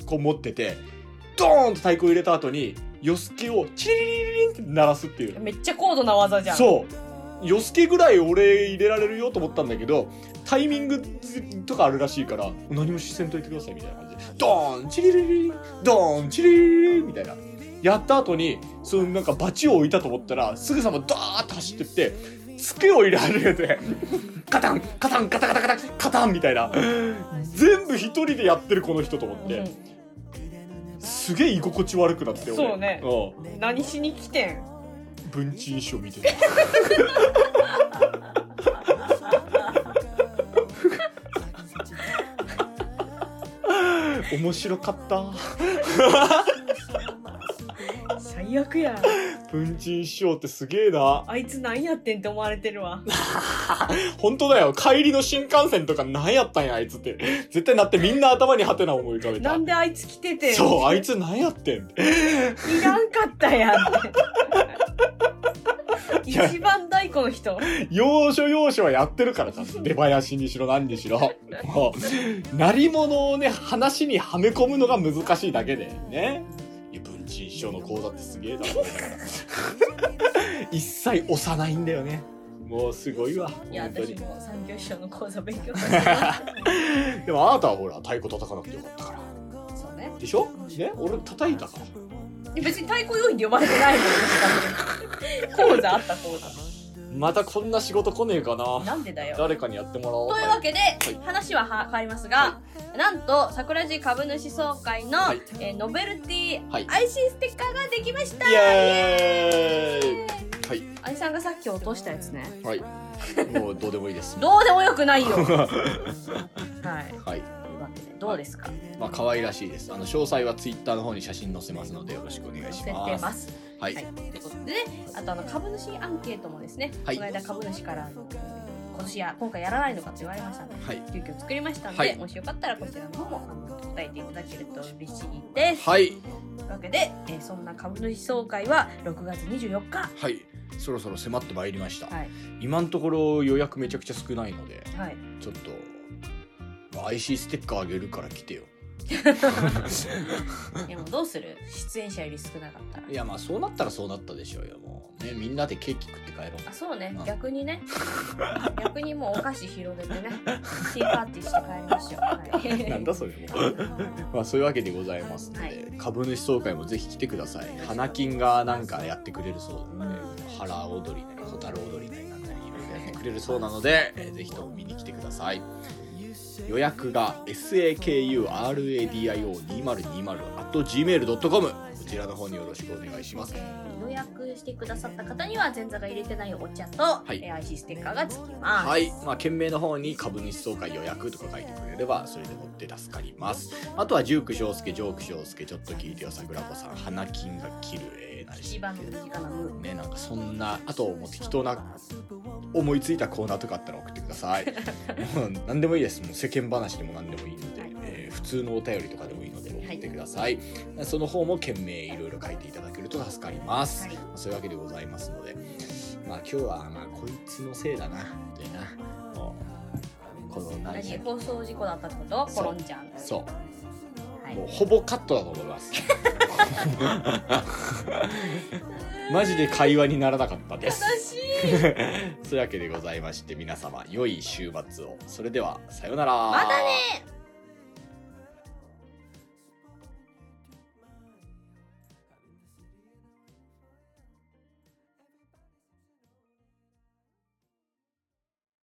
S2: こう持っててドーンと太鼓を入れた後によすけをチリリリリンって鳴らすっていう
S7: めっちゃ高度な技じゃん
S2: そうよすけぐらい俺入れられるよと思ったんだけどタイミングとかあるらしいから何も視線といてくださいみたいな感じでドーンチリリリリンドーンチリリリリンみたいなやった後にそのなんかバチを置いたと思ったらすぐさまダーッと走ってって机を入れ始めてカタンカタンカタカタカタンカタンみたいな全部一人でやってるこの人と思って
S7: う
S2: すげえ居心地悪くなって俺
S7: そうね
S2: うん
S7: ん何しに来てん
S2: 文鎮衣装見てた面白かった
S7: 最悪や
S2: 文鎮衣装ってすげえな
S7: あいつ何やってんって思われてるわ
S2: 本当だよ帰りの新幹線とか何やったんやあいつって絶対なってみんな頭にハテナ思い浮かべた
S7: なんであいつ来ててん
S2: そうあいつ何やってんって
S7: いらんかったやんって
S2: や
S7: 一番太鼓の人
S2: 要所要所はやってるからさ出囃子にしろ何に
S7: *laughs*
S2: しろもう鳴り物をね話にはめ込むのが難しいだけでねいや文鎮師匠の講座ってすげえだろ一切押さないんだよねもうすごいわ
S7: いや
S2: 本当
S7: 私
S2: に
S7: も産業師匠の講
S2: *laughs*
S7: 座勉強して
S2: でもあなたはほら太鼓叩かなくてよかったから
S7: そうね
S2: でしょね俺叩いたから
S7: いや別に太鼓要員で呼ばれてないもんね講座あった講座
S2: またこんな仕事来ねえかな
S7: なんでだよ
S2: 誰かにやってもらおう
S7: というわけで、話はは変わりますが、なんと桜地株主総会の、
S2: はい
S7: えーノベルティ
S2: はい
S7: IC ステッカーができました
S2: イエーイ
S7: 愛さんがさっき落としたやつね
S2: はいはいもうどうでもいいです
S7: どうでもよくない
S2: *laughs*
S7: よはい
S2: はい
S7: というわけでどうですか
S2: まあ可愛らしいです。あの詳細はツイッターの方に写真載せますのでよろしくお願いし
S7: 設
S2: ま
S7: 定
S2: す。
S7: ます
S2: は
S7: はい
S2: い、
S7: ということでねあとあの株主アンケートもですね、
S2: はい
S7: この間株主から今年や今回やらないのかって言われましたので
S2: はい、
S7: 急遽作りましたので、
S2: はい
S7: もしよかったらこちらの方もあの答えていただけると嬉しいです
S2: はい、
S7: というわけで、えーそんな株主総会は6月24日
S2: はい、そろそろ迫ってまいりました。
S7: はい
S2: 今のところ予約めちゃくちゃ少ないので、
S7: はい
S2: ちょっと IC ステッカーあげるから来てよ。
S7: いやもうどうする出演者より少なかったら
S2: いやまあそうなったらそうなったでしょうよ。もうねみんなでケーキ食って帰ろ
S7: あそうね
S2: うん
S7: 逆にね *laughs* 逆にもうお菓子広げてねティーパーティーして帰りましょう、は
S2: う。
S7: い
S2: それも。
S7: *laughs*
S2: *laughs* まあそういうわけでございますので、
S7: はい
S2: 株主総会もぜひ来てください。花金がなんかやってくれるそうなので、腹踊りなり蛍踊りなりなんなりいろいろやってくれるそうなので、えーぜひとも見に来てください。予約が sakuradio2020@gmail.com こちらの方によろしくお願いします。
S7: 予約してくださった方には前座が入れてないお茶と、
S2: い
S7: えー IC ステッカーがつきます、
S2: はい、まあ、件名の方に株主総会予約とか書いてくれれば、それでもって助かります。あとは、ジューク翔介、ジョーク翔介、ちょっと聞いてよ、桜子さん、花金が切る、えー、何で
S7: 一
S2: したっ
S7: 番の身近なムー
S2: けね、なんかそんな、あと、もう適当な、思いついたコーナーとかあったら送ってください。もう何でもいいです。もう世間話でも何でもいいので、えー普通のお便りとかでもいいので、送ってください。その方も件名いろいろ書いていただけると助かります。
S7: はい
S2: そういうわけでございますので、まあ今日はまあこいつのせいだな、本当にな。もうこの何
S7: 何放送事故だったってこと
S2: そう
S7: コロンちゃん
S2: そ
S7: は
S2: う、
S7: い
S2: もうほぼカットだと思い
S7: *laughs*
S2: ます。マジで会話にならなかったです。
S7: 悲しい
S2: *laughs* そういうわけでございまして、皆様良い週末を。それではさようなら。
S7: またね